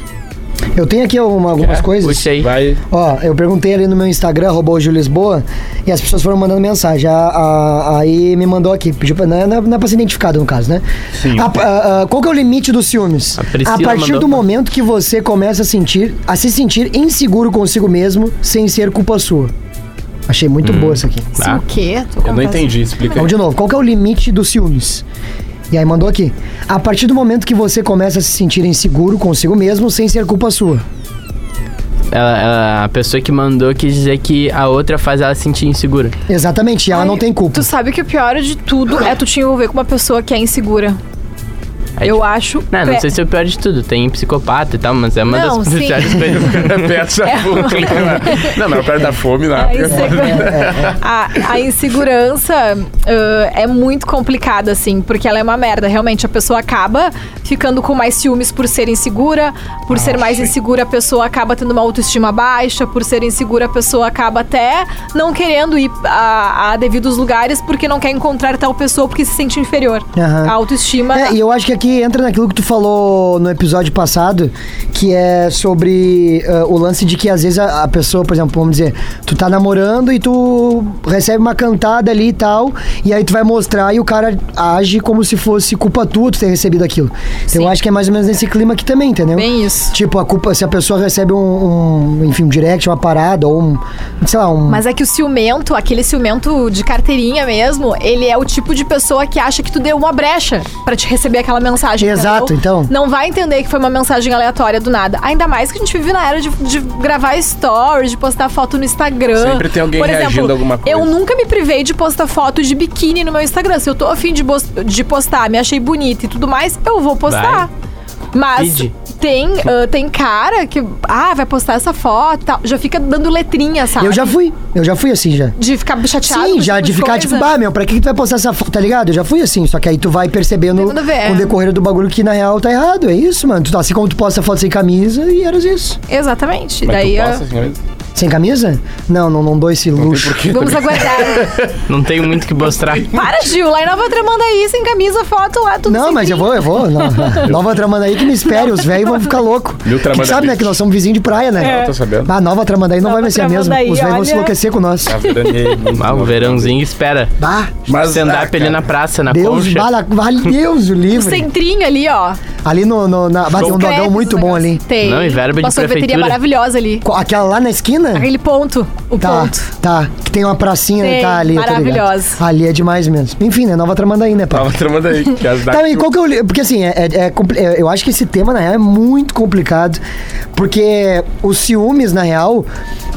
Speaker 5: Eu tenho aqui uma- algumas coisas.
Speaker 3: É, Puxa aí.
Speaker 2: Vai.
Speaker 5: Ó, eu perguntei ali no meu Instagram, roubou Gil Lisboa, e as pessoas foram mandando mensagem. A- a- aí me mandou aqui, pediu pra, não, é- não é pra ser identificado no caso, né?
Speaker 2: Sim.
Speaker 5: A- a- a- qual que é o limite dos ciúmes?
Speaker 3: A Priscila
Speaker 5: partir
Speaker 3: mandou.
Speaker 5: do momento que você começa a sentir, a se sentir inseguro consigo mesmo, sem ser culpa sua. Achei muito boa essa aqui.
Speaker 4: Assim,
Speaker 3: Ah.
Speaker 4: o quê? Tô
Speaker 2: Eu não
Speaker 4: contando.
Speaker 2: entendi, explica aí.
Speaker 5: Vamos de novo, qual que é o limite dos ciúmes? E aí mandou aqui. A partir do momento que você começa a se sentir inseguro consigo mesmo, sem ser culpa sua.
Speaker 3: Ela- ela- a pessoa que mandou quis dizer que a outra faz ela se sentir insegura.
Speaker 5: Exatamente, e ela
Speaker 4: Ai,
Speaker 5: não tem culpa.
Speaker 4: Tu sabe que o pior de tudo é tu te envolver com uma pessoa que é insegura.
Speaker 3: É
Speaker 4: eu
Speaker 3: difícil.
Speaker 4: acho.
Speaker 3: Não, não
Speaker 4: pé-
Speaker 3: sei se é o pior de tudo. Tem psicopata e tal, mas é uma
Speaker 4: Não,
Speaker 3: das
Speaker 4: sim.
Speaker 3: piores coisas.
Speaker 2: Perto
Speaker 5: É.
Speaker 2: da fome. Não, mas perto da fome,
Speaker 5: Ah,
Speaker 2: não.
Speaker 4: A, insegu- a, a insegurança ah, é muito complicada, assim, porque ela é uma merda. Realmente, a pessoa acaba ficando com mais ciúmes por ser insegura, por ser mais insegura, a pessoa acaba tendo uma autoestima baixa, por ser insegura, a pessoa acaba até não querendo ir a, a devidos lugares porque não quer encontrar tal pessoa porque se sente inferior.
Speaker 5: Aham.
Speaker 4: A autoestima.
Speaker 5: É, e eu acho que aqui entra naquilo que tu falou no episódio passado, que é sobre ah, o lance de que às vezes a, a pessoa, por exemplo, vamos dizer, tu tá namorando e tu recebe uma cantada ali e tal, e aí tu vai mostrar e o cara age como se fosse culpa tua tu ter recebido aquilo. Então eu
Speaker 4: Sim.
Speaker 5: acho que é mais ou menos nesse clima aqui também, entendeu?
Speaker 4: é Bem isso.
Speaker 5: Tipo, a culpa, se a pessoa recebe um, um, enfim, um direct, uma parada, ou um, sei lá, um...
Speaker 4: Mas é que o ciumento, aquele ciumento de carteirinha mesmo, ele é o tipo de pessoa que acha que tu deu uma brecha pra te receber aquela mensagem.
Speaker 5: Exato, então.
Speaker 4: Não vai entender que foi uma mensagem aleatória do nada. Ainda mais que a gente vive na era de, de gravar stories, de postar foto no Instagram.
Speaker 2: Sempre tem alguém
Speaker 4: Por
Speaker 2: reagindo
Speaker 4: exemplo,
Speaker 2: a alguma coisa.
Speaker 4: Eu nunca me privei de postar foto de biquíni no meu Instagram. Se eu tô afim de, bos- de postar, me achei bonita e tudo mais, eu vou postar. Mas
Speaker 3: Feed.
Speaker 4: tem, ah, tem cara que, ah, vai postar essa foto, tal. já fica dando letrinha, sabe?
Speaker 5: Eu já fui, eu já fui assim já.
Speaker 4: De ficar chateado?
Speaker 5: Sim,
Speaker 4: com
Speaker 5: já
Speaker 4: esse
Speaker 5: de ficar tipo,
Speaker 4: coisa?
Speaker 5: bah, meu, pra que, que tu vai postar essa foto, tá ligado? Eu já fui assim, só que aí tu vai percebendo
Speaker 4: Tem tudo a ver,
Speaker 5: com o
Speaker 4: é.
Speaker 5: decorrer do bagulho que na real tá errado, é isso, mano. Tu, assim como tu posta foto sem camisa e eras isso.
Speaker 4: Exatamente.
Speaker 2: Mas
Speaker 4: Daí
Speaker 2: tu
Speaker 4: eu-
Speaker 2: posta, assim, mas-
Speaker 5: Sem camisa? Não, não, não dou esse luxo.
Speaker 2: Porque
Speaker 4: Vamos aguardar.
Speaker 3: Não tem muito o que mostrar.
Speaker 4: Para, Gil. Lá em Nova Tramanda aí, sem camisa, foto lá, tudo
Speaker 5: Não,
Speaker 4: sem
Speaker 5: mas eu
Speaker 4: frio.
Speaker 5: vou, eu vou. Não, não. Nova Tramandaí que me espere, os velhos vão ficar loucos.
Speaker 2: Meu
Speaker 5: Tu
Speaker 2: Tramandaí.
Speaker 5: sabe, né, que nós somos vizinhos de praia, né?
Speaker 2: É. Tô sabendo.
Speaker 5: Ah, Nova Tramandaí não vai
Speaker 4: Nova
Speaker 5: mais ser a mesma.
Speaker 4: Tramandaí,
Speaker 5: Os velhos vão se
Speaker 4: olha.
Speaker 5: enlouquecer com nós.
Speaker 2: Tá veraneio.
Speaker 3: Ah, o verãozinho espera.
Speaker 5: Bah,
Speaker 2: Mas, ah,
Speaker 3: Stand-up
Speaker 2: cara,
Speaker 3: ali na praça, na
Speaker 5: Deus,
Speaker 3: concha.
Speaker 5: bala, vale Deus o
Speaker 4: O
Speaker 5: livre.
Speaker 4: centrinho ali, ó.
Speaker 5: Ali no, no na, bah, tem um dogão
Speaker 4: Crepes,
Speaker 5: muito
Speaker 4: esse
Speaker 5: bom
Speaker 4: negócio.
Speaker 5: ali.
Speaker 4: Tem.
Speaker 3: Não, e verba de
Speaker 4: Uma sorveteria
Speaker 3: prefeitura.
Speaker 4: maravilhosa ali.
Speaker 5: Co- Aquela lá na esquina?
Speaker 4: Aquele ponto. O
Speaker 5: Tá,
Speaker 4: ponto.
Speaker 5: tá. Que tem uma pracinha
Speaker 4: Tem,
Speaker 5: e tá ali, eu tô ligado.
Speaker 4: maravilhosa.
Speaker 5: Ali é demais mesmo. Enfim, né? Nova Tramandaí, né, pá?
Speaker 2: Tava tramando aí. Que as da-
Speaker 5: Tá, e qual que é o... li- Porque assim, é, é- é compli- é- eu acho que esse tema, na real, é muito complicado. Porque os ciúmes, na real,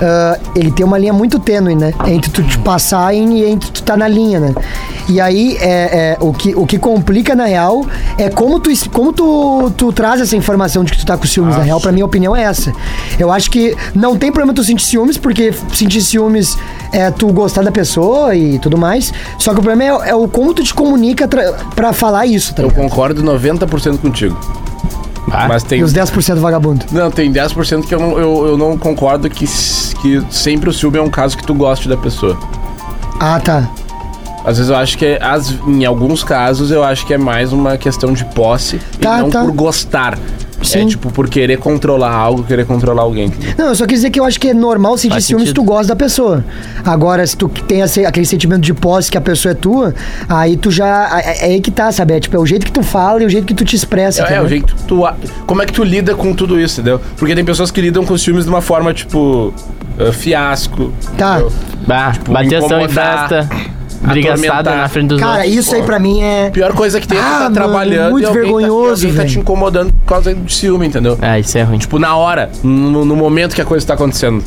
Speaker 5: ah, ele tem uma linha muito tênue, né? Entre tu te passar em- e entre tu tá na linha, né? E aí, é, é, o, que, o que complica, na real, é como tu, es- como tu, tu traz essa informação de que tu tá com ciúmes, na real. Pra minha opinião é essa. Eu acho que não tem problema tu sentir ciúmes, porque sentir ciúmes é tu gostar da pessoa e tudo mais. Só que o problema é, é o como tu te comunica tra- pra falar isso, tá
Speaker 2: Eu
Speaker 5: ligado?
Speaker 2: concordo 90% contigo.
Speaker 3: Ah.
Speaker 2: Mas tem
Speaker 5: E os 10% vagabundo.
Speaker 2: Não, tem 10% que eu não, eu, eu não concordo que, s- que sempre o ciúme é um caso que tu goste da pessoa.
Speaker 5: Ah, tá.
Speaker 2: Às vezes eu acho que, é, as, em alguns casos, eu acho que é mais uma questão de posse
Speaker 5: Tá,
Speaker 2: e não
Speaker 5: tá.
Speaker 2: por gostar. É
Speaker 5: Sim.
Speaker 2: tipo por querer controlar algo, querer controlar alguém.
Speaker 5: Não, eu só quis dizer que eu acho que é normal sentir
Speaker 3: Faz
Speaker 5: ciúmes se tu
Speaker 3: sentido.
Speaker 5: gosta da pessoa. Agora, se tu tem esse- aquele sentimento de posse que a pessoa é tua, aí tu já. É, é aí que tá, sabe? É, tipo, é o jeito que tu fala e o jeito que tu te expressa.
Speaker 2: É, é
Speaker 5: entendeu?
Speaker 2: o jeito que tu. a- Como é que tu lida com tudo isso, entendeu? Porque tem pessoas que lidam com os filmes de uma forma, tipo. ah, fiasco.
Speaker 5: Tá.
Speaker 2: entendeu?
Speaker 3: Bah, bateção em
Speaker 2: tipo, incomodar,
Speaker 3: festa. Briga
Speaker 2: atormentar.
Speaker 3: assada na frente dos
Speaker 5: Cara,
Speaker 3: outros.
Speaker 5: isso aí pra mim é.
Speaker 2: Pior coisa que tem é tu
Speaker 5: Ah,
Speaker 2: tá
Speaker 5: mano,
Speaker 2: trabalhando
Speaker 5: muito
Speaker 2: e alguém,
Speaker 5: vergonhoso,
Speaker 2: tá, e alguém tá
Speaker 5: velho.
Speaker 2: te incomodando por causa de ciúme, entendeu?
Speaker 3: Ah, isso é ruim.
Speaker 2: Tipo, na hora, no, no momento que a coisa tá acontecendo.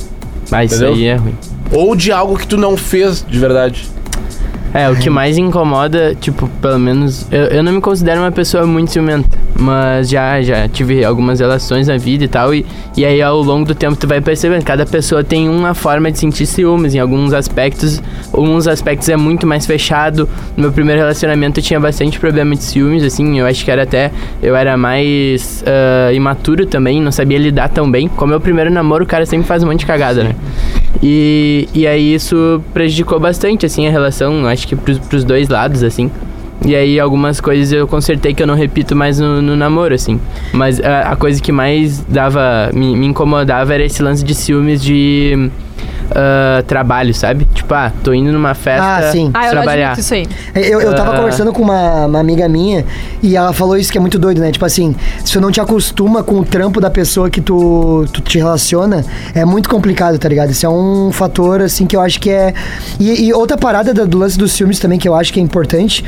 Speaker 3: Ah, isso
Speaker 2: entendeu?
Speaker 3: aí é ruim.
Speaker 2: Ou de algo que tu não fez de verdade.
Speaker 3: É, o que mais incomoda, tipo, pelo menos. Eu, eu não me considero uma pessoa muito ciumenta. Mas já, já tive algumas relações na vida e tal. E, e aí ao longo do tempo tu vai percebendo, cada pessoa tem uma forma de sentir ciúmes em alguns aspectos. Uns aspectos é muito mais fechado. No meu primeiro relacionamento eu tinha bastante problema de ciúmes, assim, eu acho que era até. Eu era mais ah, imaturo também, não sabia lidar tão bem. Como é o primeiro namoro, o cara sempre faz um monte de cagada, né? E, e aí isso prejudicou bastante, assim, a relação, acho que pros, pros dois lados, assim. E aí algumas coisas eu consertei que eu não repito mais no, no namoro, assim. Mas a, a coisa que mais dava. Me, me incomodava era esse lance de ciúmes de. ah, trabalho, sabe? Tipo, ah, tô indo numa festa
Speaker 5: Ah, sim.
Speaker 4: Ah, eu não
Speaker 3: trabalhar.
Speaker 4: admito isso aí.
Speaker 5: Eu, eu tava
Speaker 3: Ah.
Speaker 5: conversando com uma, uma amiga minha e ela falou isso que é muito doido, né? Tipo assim, se tu não te acostuma com o trampo da pessoa que tu, tu te relaciona, é muito complicado, tá ligado? Isso é um fator, assim, que eu acho que é. E, e outra parada da- do lance dos ciúmes também que eu acho que é importante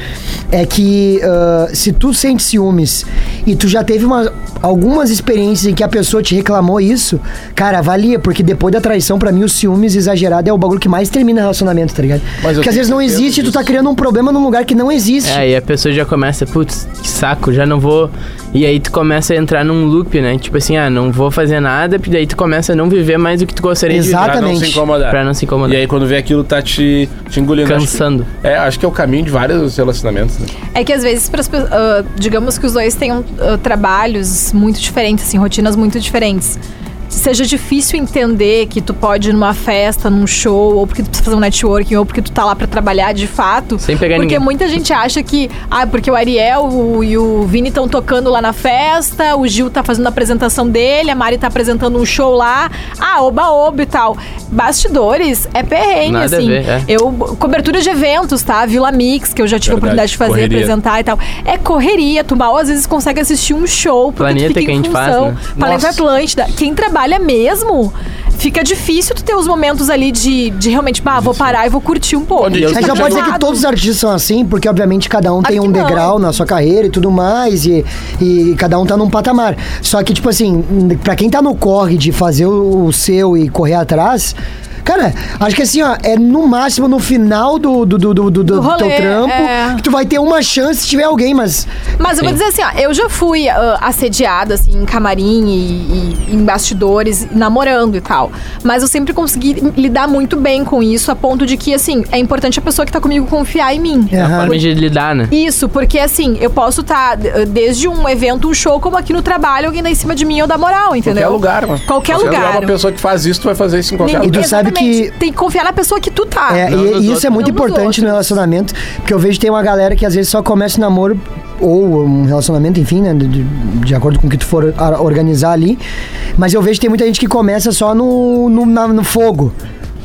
Speaker 5: é que ah, se tu sente ciúmes e tu já teve uma, algumas experiências em que a pessoa te reclamou isso, cara, avalia, porque depois da traição, pra mim, o ciúmes exagerado é o bagulho que mais termina relacionamento, tá ligado?
Speaker 2: Mas eu
Speaker 5: porque
Speaker 2: tenho
Speaker 5: às vezes não
Speaker 2: certeza
Speaker 5: existe e tu tá
Speaker 2: disso.
Speaker 5: criando um problema num lugar que não existe.
Speaker 3: É, e a pessoa já começa, putz, que saco, já não vou. E aí tu começa a entrar num loop, né? Tipo assim, ah, não vou fazer nada, porque daí tu começa a não viver mais o que tu gostaria
Speaker 5: Exato.
Speaker 2: Pra não
Speaker 5: Exatamente.
Speaker 2: se incomodar.
Speaker 3: Pra não se incomodar.
Speaker 2: E aí quando vê aquilo tá te, te
Speaker 3: de
Speaker 2: engolindo.
Speaker 3: viver. Cansando.
Speaker 2: Acho que, é, acho que é o caminho de vários relacionamentos, né?
Speaker 4: É que às vezes, pras, pe- ah, digamos que os dois tenham ah, trabalhos muito diferentes, assim, rotinas muito diferentes. Seja difícil entender que tu pode ir numa festa, num show, ou porque tu precisa fazer um networking, ou porque tu tá lá pra trabalhar de fato.
Speaker 3: Sem pegar
Speaker 4: Porque
Speaker 3: ninguém.
Speaker 4: muita gente acha que, ah, porque o Ariel o- e o Vini estão tocando lá na festa, o Gil tá fazendo a apresentação dele, a Mari tá apresentando um show lá, ah, oba-oba e tal. Bastidores é perrengue,
Speaker 3: Nada a
Speaker 4: assim.
Speaker 3: ver, é.
Speaker 4: Eu, cobertura de eventos, tá? Vila Mix, que eu já tive a
Speaker 2: Verdade,
Speaker 4: oportunidade de fazer,
Speaker 2: correria.
Speaker 4: apresentar e tal. É correria, tu mal às vezes consegue assistir um show, porque
Speaker 3: Planeta
Speaker 4: tu fica
Speaker 3: que a
Speaker 4: em
Speaker 3: gente faz,
Speaker 4: função.
Speaker 3: né?
Speaker 2: Nossa.
Speaker 4: Planeta Atlântida. Quem trabalha mesmo, fica difícil tu ter os momentos ali de, de realmente, bah, vou parar e vou curtir um pouco.
Speaker 2: Onde
Speaker 4: Isso
Speaker 2: eu-
Speaker 4: tá
Speaker 5: Mas já pode dizer
Speaker 4: errado.
Speaker 5: que todos os artistas são assim, porque obviamente cada um tem
Speaker 4: que
Speaker 5: um
Speaker 4: não.
Speaker 5: degrau na sua carreira e tudo mais, e, e cada um tá num patamar. Só que, tipo assim, pra quem tá no corre de fazer o, o seu e correr atrás. Cara, acho que assim, ó, é no máximo no final do, do, do, do, do- do
Speaker 4: rolê,
Speaker 5: teu trampo
Speaker 4: é.
Speaker 5: que tu vai ter uma chance se tiver alguém, mas.
Speaker 4: Mas eu vou dizer assim, ó, eu já fui ah, assediada, assim, em camarim e, e em bastidores, namorando e tal. Mas eu sempre consegui lidar muito bem com isso, a ponto de que, assim, é importante a pessoa que tá comigo confiar em mim.
Speaker 5: aham.
Speaker 3: Forma de lidar, né?
Speaker 4: Isso, porque assim, eu posso estar desde um evento, um show, como aqui no trabalho, alguém dá em cima de mim ou dá moral, entendeu?
Speaker 2: Qualquer lugar, mano.
Speaker 4: Qualquer
Speaker 2: Se tu
Speaker 4: lugar.
Speaker 2: é uma pessoa que faz isso, tu vai fazer isso em qualquer
Speaker 4: Ninguém-
Speaker 5: E
Speaker 2: lugar.
Speaker 5: tu sabe que-
Speaker 4: Exatamente. Tem que confiar na pessoa que tu tá.
Speaker 5: É,
Speaker 3: Não
Speaker 5: e,
Speaker 3: nos
Speaker 5: e isso
Speaker 3: outros.
Speaker 5: é muito
Speaker 4: Não nos
Speaker 5: importante no
Speaker 4: outros.
Speaker 5: relacionamento, porque eu vejo que tem uma galera que às vezes só começa o namoro ou um relacionamento, enfim, né, de, de- de acordo com o que tu for a- organizar ali. Mas eu vejo que tem muita gente que começa só no, no, na- no fogo.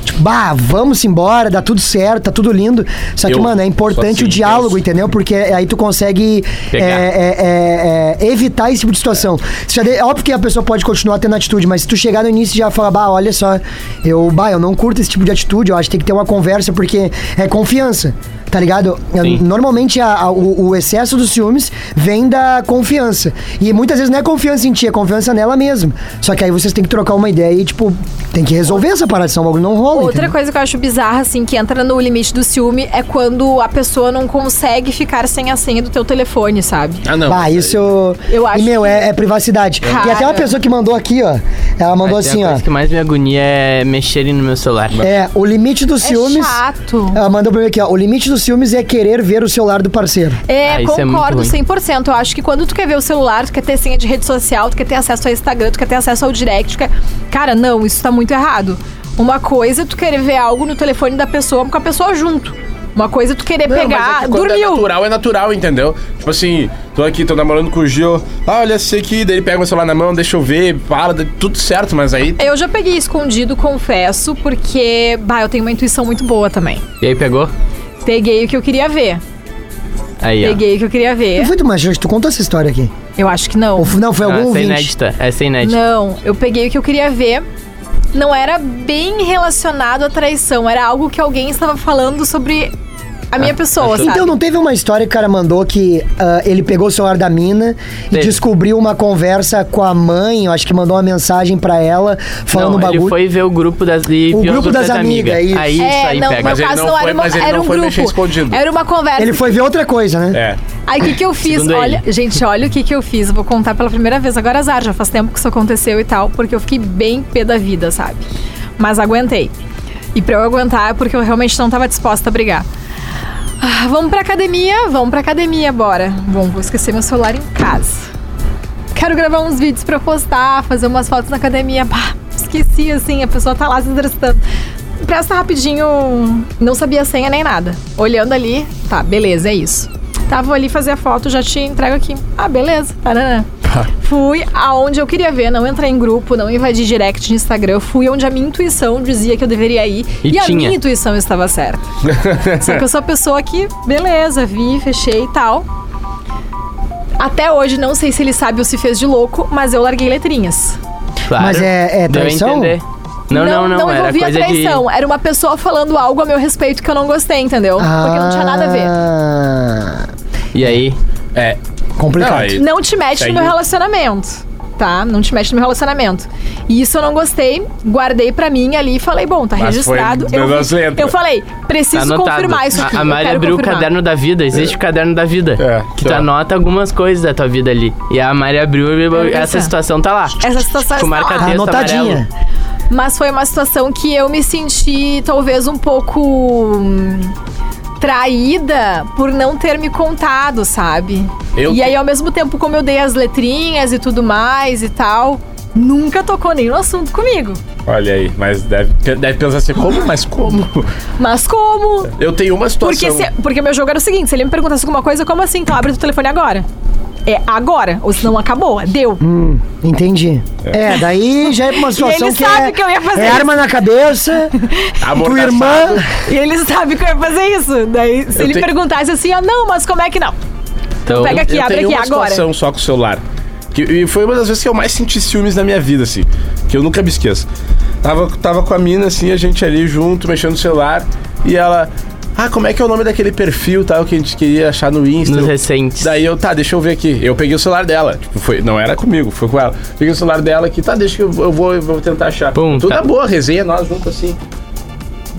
Speaker 5: Tipo, bah, vamos embora, dá tudo certo, tá tudo lindo. Só que,
Speaker 2: Eu
Speaker 5: mano, é
Speaker 2: sou
Speaker 5: importante
Speaker 2: assim,
Speaker 5: o diálogo,
Speaker 2: eu-
Speaker 5: entendeu? Porque aí tu consegue
Speaker 3: Pegar.
Speaker 5: é, é, é, é, evitar esse tipo de situação. Se já de- é óbvio que a pessoa pode continuar tendo atitude, mas se tu chegar no início e já falar, bah, olha só, eu, bah, eu não curto esse tipo de atitude, eu acho que tem que ter uma conversa, porque é confiança, tá ligado? Eu-
Speaker 3: Sim.
Speaker 5: Normalmente a- a- o, o excesso dos ciúmes vem da confiança. E muitas vezes não é confiança em ti, é confiança nela mesma. Só que aí vocês têm que trocar uma ideia e, tipo, tem que resolver essa parada, senão o bagulho não rola.
Speaker 4: Outra
Speaker 5: entendeu?
Speaker 4: coisa que eu acho bizarra, assim, que entra no limite do ciúme é quando a pessoa não consegue ficar sem a senha do teu telefone, sabe?
Speaker 2: Ah, não.
Speaker 5: Bah, isso eu.
Speaker 4: Eu acho
Speaker 5: E, meu,
Speaker 4: que-
Speaker 5: é, é privacidade. E até uma
Speaker 4: Cara.
Speaker 5: pessoa que mandou aqui, ó. Ela mandou
Speaker 3: Mas tem
Speaker 5: assim,
Speaker 3: a
Speaker 5: ó.
Speaker 3: coisa que mais me agonia é mexerem no meu celular.
Speaker 5: É, o limite dos
Speaker 4: É
Speaker 5: ciúmes.
Speaker 4: chato.
Speaker 5: Ela mandou pra mim aqui, ó. O limite dos ciúmes é querer ver o celular do parceiro.
Speaker 4: É,
Speaker 3: Ah, isso é muito
Speaker 4: concordo
Speaker 3: ruim.
Speaker 4: 100%. Eu acho que quando tu quer ver o celular, tu quer ter senha de rede social, tu quer ter acesso ao Instagram, tu quer ter acesso ao direct. tu quer- Cara, não, isso tá muito errado. Uma coisa é tu querer ver algo no telefone da pessoa com a pessoa junto. Uma coisa é tu querer
Speaker 2: Não, mas é
Speaker 4: pegar.
Speaker 2: que quando é
Speaker 4: dormiu!
Speaker 2: natural, é natural, entendeu? Tipo assim, tô aqui, tô namorando com o Gil. Ah, olha esse aqui. Daí ele pega o celular na mão, deixa eu ver, para, dá tudo certo, mas aí...
Speaker 4: Eu já peguei escondido, confesso, porque, bah, eu tenho uma intuição muito boa também.
Speaker 3: E aí pegou?
Speaker 4: Peguei o que eu queria ver.
Speaker 3: Aí, ó.
Speaker 4: Peguei o que eu queria
Speaker 5: Não
Speaker 4: ver.
Speaker 5: foi tu, mas tu contou essa história aqui.
Speaker 4: Eu acho que não.
Speaker 5: Ou f- não, foi
Speaker 3: Não,
Speaker 5: algum
Speaker 3: essa é
Speaker 5: ouvinte.
Speaker 3: inédita. Essa é inédita.
Speaker 4: Não, eu peguei o que eu queria ver. Não era bem relacionado à traição, era algo que alguém estava falando sobre A
Speaker 2: Ah,
Speaker 4: minha pessoa, sabe?
Speaker 5: Então não teve uma história que o cara mandou que ah, ele pegou o celular da mina e
Speaker 3: Teve.
Speaker 5: descobriu uma conversa com a mãe, eu acho que mandou uma mensagem pra ela falando
Speaker 3: não,
Speaker 5: um
Speaker 3: ele
Speaker 5: bagulho.
Speaker 3: foi ver o grupo das e
Speaker 5: O
Speaker 3: viu as
Speaker 5: grupo das
Speaker 3: outras
Speaker 5: amigas, isso.
Speaker 3: Aí isso aí
Speaker 4: É, não, no
Speaker 3: pega.
Speaker 2: Mas
Speaker 4: meu
Speaker 2: ele
Speaker 4: caso
Speaker 2: não
Speaker 4: não
Speaker 2: foi-
Speaker 4: era uma-
Speaker 2: mas ele
Speaker 4: era
Speaker 2: não
Speaker 4: um
Speaker 2: foi mexer
Speaker 4: grupo.
Speaker 2: escondido.
Speaker 4: Era uma conversa.
Speaker 5: Ele foi ver outra coisa, né?
Speaker 2: É.
Speaker 4: Aí o que, que eu fiz?
Speaker 3: Segundo
Speaker 4: Olha, gente, olha o que, que eu fiz. Vou contar pela primeira vez agora, azar. Já faz tempo que isso aconteceu e tal, porque eu fiquei bem pé da vida, sabe? Mas aguentei. E pra eu aguentar é porque eu realmente não tava disposta a brigar. Ah, vamos pra academia, vamos pra academia, bora. Bom, vou esquecer meu celular em casa. Quero gravar uns vídeos pra postar, fazer umas fotos na academia. Bah, esqueci, assim, a pessoa tá lá se exercitando. Presta rapidinho, não sabia a senha nem nada. Olhando ali, tá, beleza, é isso. Tava ali fazer a foto, já te entrego aqui. Ah, beleza, taranã.
Speaker 3: Tá.
Speaker 4: Fui aonde eu queria ver, não entrei em grupo, não invadi direct no Instagram. Eu Fui onde a minha intuição dizia que eu deveria ir.
Speaker 3: E
Speaker 4: e a
Speaker 3: tinha.
Speaker 4: minha intuição estava certa. Só que eu sou a pessoa que, beleza, vi, fechei e tal. Até hoje, não sei se ele sabe ou se fez de louco, mas eu larguei letrinhas.
Speaker 3: Claro.
Speaker 5: Mas é- é
Speaker 3: Deu a
Speaker 5: traição?
Speaker 3: entender. Não, não, não, era
Speaker 4: envolvia
Speaker 3: coisa
Speaker 4: traição. Era uma pessoa falando algo a meu respeito que eu não gostei, entendeu? Porque não tinha nada a
Speaker 3: Ah.
Speaker 4: ver.
Speaker 5: a ver.
Speaker 3: de E aí? tá
Speaker 2: É.
Speaker 5: Ah, Complicado.
Speaker 2: Não, aí-
Speaker 4: Não te mete
Speaker 2: Segue.
Speaker 4: no meu relacionamento, tá? Não te mete no meu relacionamento. E isso eu não gostei, guardei pra mim ali e falei, bom, tá
Speaker 2: Mas foi
Speaker 4: registrado. Eu,
Speaker 2: dando as letras.
Speaker 4: eu falei, preciso
Speaker 3: Tá anotado.
Speaker 4: confirmar isso aqui.
Speaker 3: A, a
Speaker 4: eu
Speaker 3: Mari
Speaker 4: quero
Speaker 3: abriu
Speaker 4: confirmar.
Speaker 3: o caderno da vida, existe o caderno da vida.
Speaker 2: É,
Speaker 3: que tu
Speaker 2: tá.
Speaker 3: anota algumas coisas da tua vida ali. E a Mari abriu e
Speaker 4: Olha
Speaker 3: essa
Speaker 4: só.
Speaker 3: situação tá lá.
Speaker 4: Essa
Speaker 1: é
Speaker 4: situação
Speaker 3: Tipo,
Speaker 4: está
Speaker 3: marca
Speaker 4: lá.
Speaker 3: Texto
Speaker 5: Tá Ah, Anotadinha.
Speaker 3: amarelo.
Speaker 4: Mas foi uma situação que eu me senti talvez um pouco hum, traída por não ter me contado, sabe?
Speaker 2: Eu
Speaker 4: e
Speaker 2: te-
Speaker 4: aí, ao mesmo tempo, como eu dei as letrinhas e tudo mais e tal, nunca tocou nenhum assunto comigo.
Speaker 2: Olha aí, mas deve, deve pensar assim, como? Mas como?
Speaker 4: Mas como?
Speaker 2: Eu tenho uma situação.
Speaker 4: Porque, se, porque meu jogo era o seguinte: se ele me perguntasse alguma coisa, como assim? Então abre o telefone agora. É agora, ou senão acabou, é deu.
Speaker 5: Hum, entendi. É. daí já é pra uma situação
Speaker 4: ele
Speaker 5: que,
Speaker 4: sabe
Speaker 5: é,
Speaker 4: que eu ia fazer
Speaker 5: é
Speaker 4: isso.
Speaker 5: arma na cabeça, tua
Speaker 2: Amordaçado.
Speaker 5: irmã...
Speaker 4: E ele sabe que eu ia fazer isso. Daí, se
Speaker 2: Eu
Speaker 4: ele
Speaker 2: te-
Speaker 4: perguntasse assim, ah, não, mas como é que não?
Speaker 3: Então,
Speaker 4: pega aqui.
Speaker 2: eu
Speaker 4: abre
Speaker 2: tenho
Speaker 4: aqui
Speaker 2: uma
Speaker 4: agora.
Speaker 2: situação só com o celular. Que, e foi uma das vezes que eu mais senti ciúmes na minha vida, assim. Que eu nunca me esqueço. Tava, tava com a mina, assim, a gente ali junto, mexendo no celular. E ela... Ah, como é que é o nome daquele perfil, tal, que a gente queria achar no Insta?
Speaker 3: Nos recentes.
Speaker 2: Daí eu, tá, deixa eu ver aqui. Eu peguei o celular dela. Tipo, foi, não era comigo, foi com ela. Peguei o celular dela aqui, tá, deixa que eu, eu vou, eu vou tentar achar.
Speaker 3: Pum,
Speaker 2: Tudo
Speaker 3: tá.
Speaker 2: na boa, resenha, nós juntos, assim.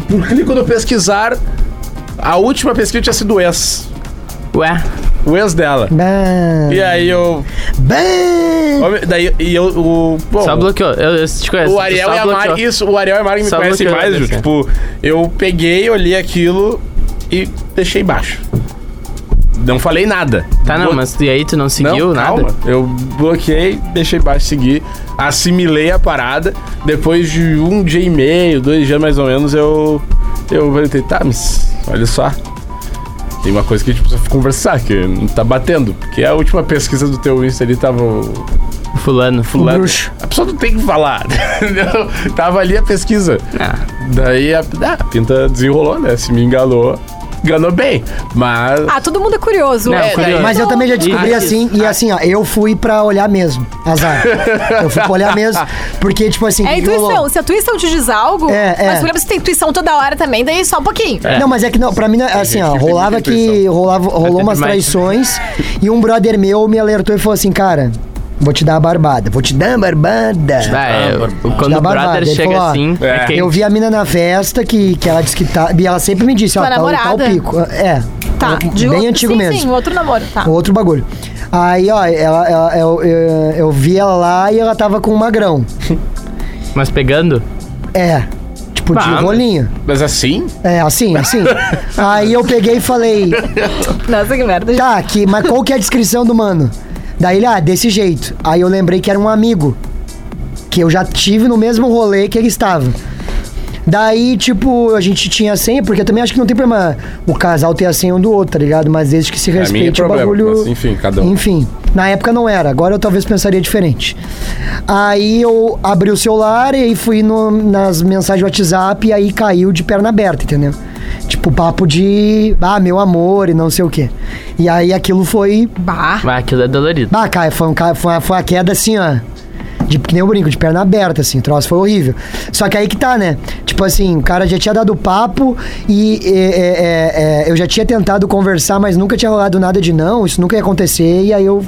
Speaker 2: Por que quando eu pesquisar, a última pesquisa tinha sido o ex.
Speaker 3: Ué,
Speaker 2: O ex dela.
Speaker 5: Bah,
Speaker 2: E aí eu.
Speaker 5: bah.
Speaker 2: Homem, Daí e eu. O, bom,
Speaker 3: só bloqueou. Eu, eu te conheço.
Speaker 2: o Ariel
Speaker 3: só
Speaker 2: e a
Speaker 3: bloqueou.
Speaker 2: Mari. Isso, o Ariel e a Mari me
Speaker 3: Só
Speaker 2: conhecem
Speaker 3: bloqueou,
Speaker 2: mais, Ju.
Speaker 3: né,
Speaker 2: Tipo, eu peguei, olhei aquilo e deixei baixo. Não falei nada.
Speaker 3: Tá, não,
Speaker 2: Blo-
Speaker 3: mas e aí tu não seguiu
Speaker 2: não,
Speaker 3: nada?
Speaker 2: Calma. Eu bloqueei, deixei baixo seguir, assimilei a parada. Depois de um dia e meio, dois dias mais ou menos, eu. Eu falei, tá, mas olha só. Tem uma coisa que a gente precisa conversar, que não tá batendo. Porque a última pesquisa do teu Insta ali tava o-
Speaker 3: Fulano.
Speaker 2: fulano.
Speaker 5: bruxo.
Speaker 2: A pessoa não tem que falar. entendeu? Tava ali a pesquisa.
Speaker 3: Ah.
Speaker 2: Daí a, ah, a pinta desenrolou, né? Se me enganou, enganou bem. Mas.
Speaker 4: Ah, todo mundo é curioso.
Speaker 3: Não,
Speaker 4: É,
Speaker 3: curioso.
Speaker 5: Mas eu também já descobri
Speaker 3: Isso.
Speaker 5: assim, e assim, ó, eu fui pra olhar mesmo. Azar. Eu fui pra olhar mesmo. Porque, tipo assim,
Speaker 4: É a
Speaker 5: que que rolou?
Speaker 4: intuição. Se a intuição te diz algo,
Speaker 5: É, é.
Speaker 4: mas lembra que você tem intuição toda hora também, daí só um pouquinho.
Speaker 5: Não, mas é que não, pra mim, assim,
Speaker 2: gente
Speaker 5: ó,
Speaker 2: que tem
Speaker 5: rolava
Speaker 2: muita
Speaker 5: que.
Speaker 2: intuição.
Speaker 5: Rolava, rolou
Speaker 3: teve
Speaker 5: umas
Speaker 3: mais.
Speaker 5: traições e um brother meu me alertou e falou assim, cara, vou te dar a barbada, vou te dar a barbada.
Speaker 3: Ah, é,
Speaker 2: Ah,
Speaker 3: quando
Speaker 5: Dá
Speaker 3: o
Speaker 5: barbada,
Speaker 3: brother
Speaker 5: ele
Speaker 3: chega
Speaker 5: falou, ó,
Speaker 3: assim, é,
Speaker 2: é,
Speaker 3: quem
Speaker 5: Eu vi a mina na festa que, que ela disse que tá. E ela sempre me disse, ó,
Speaker 4: Tua
Speaker 5: tá, o- tá o
Speaker 4: namorada?
Speaker 5: pico. É.
Speaker 4: Tá, de
Speaker 5: Bem
Speaker 4: outro-
Speaker 5: antigo
Speaker 4: sim,
Speaker 5: mesmo.
Speaker 4: Sim, outro namoro, tá.
Speaker 5: Outro bagulho. Aí, ó, ela, ela- eu, eu, eu vi ela lá e ela tava com um magrão.
Speaker 3: Mas pegando?
Speaker 5: É. Tipo,
Speaker 3: Ah,
Speaker 5: de
Speaker 3: mas-
Speaker 5: rolinho.
Speaker 2: Mas assim?
Speaker 5: É, assim, assim. Aí eu peguei e falei,
Speaker 4: Nossa, que merda. gente.
Speaker 5: tá, que, mas qual que é a descrição do mano? Daí ele, ah, desse jeito. Aí eu lembrei que era um amigo. Que eu já tive no mesmo rolê que ele estava. Daí, tipo, a gente tinha senha, porque eu também acho que não tem problema o casal ter a senha um do outro, tá ligado? Mas desde que se
Speaker 2: é
Speaker 5: respeite o
Speaker 2: problema,
Speaker 5: bagulho.
Speaker 2: mas enfim, cada um.
Speaker 5: Enfim, na época não era, agora eu talvez pensaria diferente. Aí eu abri o celular e aí fui no- nas mensagens do WhatsApp e aí caiu de perna aberta, entendeu? Tipo, papo de, ah, meu amor e não sei o quê. E aí aquilo foi,
Speaker 4: Bah.
Speaker 3: Ah, aquilo é dolorido.
Speaker 5: bah, cara, foi, um, ca- foi, uma, foi uma queda assim, ó. de, que nem o brinco, de perna aberta, assim, o troço foi horrível. Só que aí que tá, né? Tipo assim, o cara já tinha dado papo e é, é, é, eu já tinha tentado conversar, mas nunca tinha rolado nada de não, isso nunca ia acontecer, e aí eu.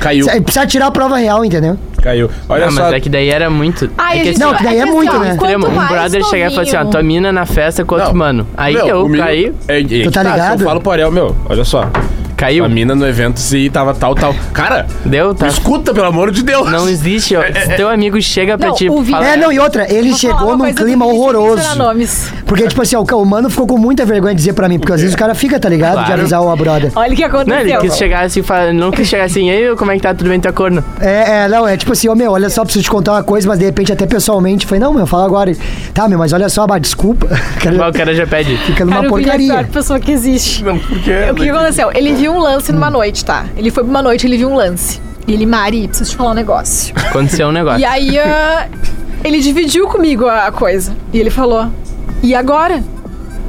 Speaker 2: Caiu.
Speaker 5: Aí Precisa tirar a prova real, entendeu?
Speaker 2: Caiu. Olha
Speaker 3: Ah,
Speaker 2: só.
Speaker 3: mas é que daí era muito.
Speaker 4: Ai,
Speaker 3: é
Speaker 4: a
Speaker 3: que
Speaker 4: gente-
Speaker 5: Não, que daí é
Speaker 4: assim,
Speaker 5: muito,
Speaker 4: ó,
Speaker 5: né?
Speaker 4: quanto
Speaker 3: extremo. Um
Speaker 4: mais
Speaker 3: brother chegar e falar assim, ó,
Speaker 4: novinho-
Speaker 3: tua mina na festa com outro
Speaker 2: Não,
Speaker 3: mano. Aí
Speaker 2: meu,
Speaker 3: eu
Speaker 2: o menino-
Speaker 3: caí,
Speaker 2: É, é que
Speaker 5: tá
Speaker 2: se
Speaker 5: ligado?
Speaker 2: Eu falo pro Ariel, meu, olha só.
Speaker 3: caiu,
Speaker 2: A mina no evento se tava tal, tal. Cara,
Speaker 3: deu, tá?
Speaker 2: escuta, pelo amor de Deus.
Speaker 3: Não existe, ó.
Speaker 2: É,
Speaker 3: Se teu amigo chega pra
Speaker 4: Não,
Speaker 3: ti
Speaker 4: o
Speaker 3: e
Speaker 4: Vini-
Speaker 3: fala,
Speaker 5: É, não, e outra, ele
Speaker 4: Vou falar
Speaker 5: chegou
Speaker 4: uma
Speaker 5: num
Speaker 4: coisa
Speaker 5: clima
Speaker 4: do Vinícius,
Speaker 5: horroroso.
Speaker 4: mencionar nomes.
Speaker 5: Porque, tipo assim, ó, o mano ficou com muita vergonha de dizer pra mim, porque às vezes o cara fica, tá ligado? De
Speaker 3: Claro.
Speaker 5: avisar o brother.
Speaker 4: Olha o que
Speaker 3: Não, ele
Speaker 4: aconteceu.
Speaker 3: quis chegar assim, fala- não quis chegar assim, ei, como é que tá, tudo bem, tua corno?
Speaker 5: É, é, não, é tipo assim, ô meu, olha só, preciso te contar uma coisa, mas de repente até pessoalmente, foi, não, meu, fala agora. Ele, Tá, meu, mas olha só, bah, desculpa. O
Speaker 3: Mas
Speaker 5: cara
Speaker 3: o cara já pede.
Speaker 5: fica numa
Speaker 4: Cara, o Vini é a
Speaker 5: porcaria.
Speaker 4: pior pessoa que existe.
Speaker 2: Não, porque.
Speaker 4: É, O que aconteceu? Ele viu um lance numa noite, tá? Ele foi pra uma noite, ele viu um lance. E ele, Mari, preciso te falar um negócio.
Speaker 3: Aconteceu um negócio.
Speaker 4: E aí, ah, ele dividiu comigo a coisa. E ele falou, e agora?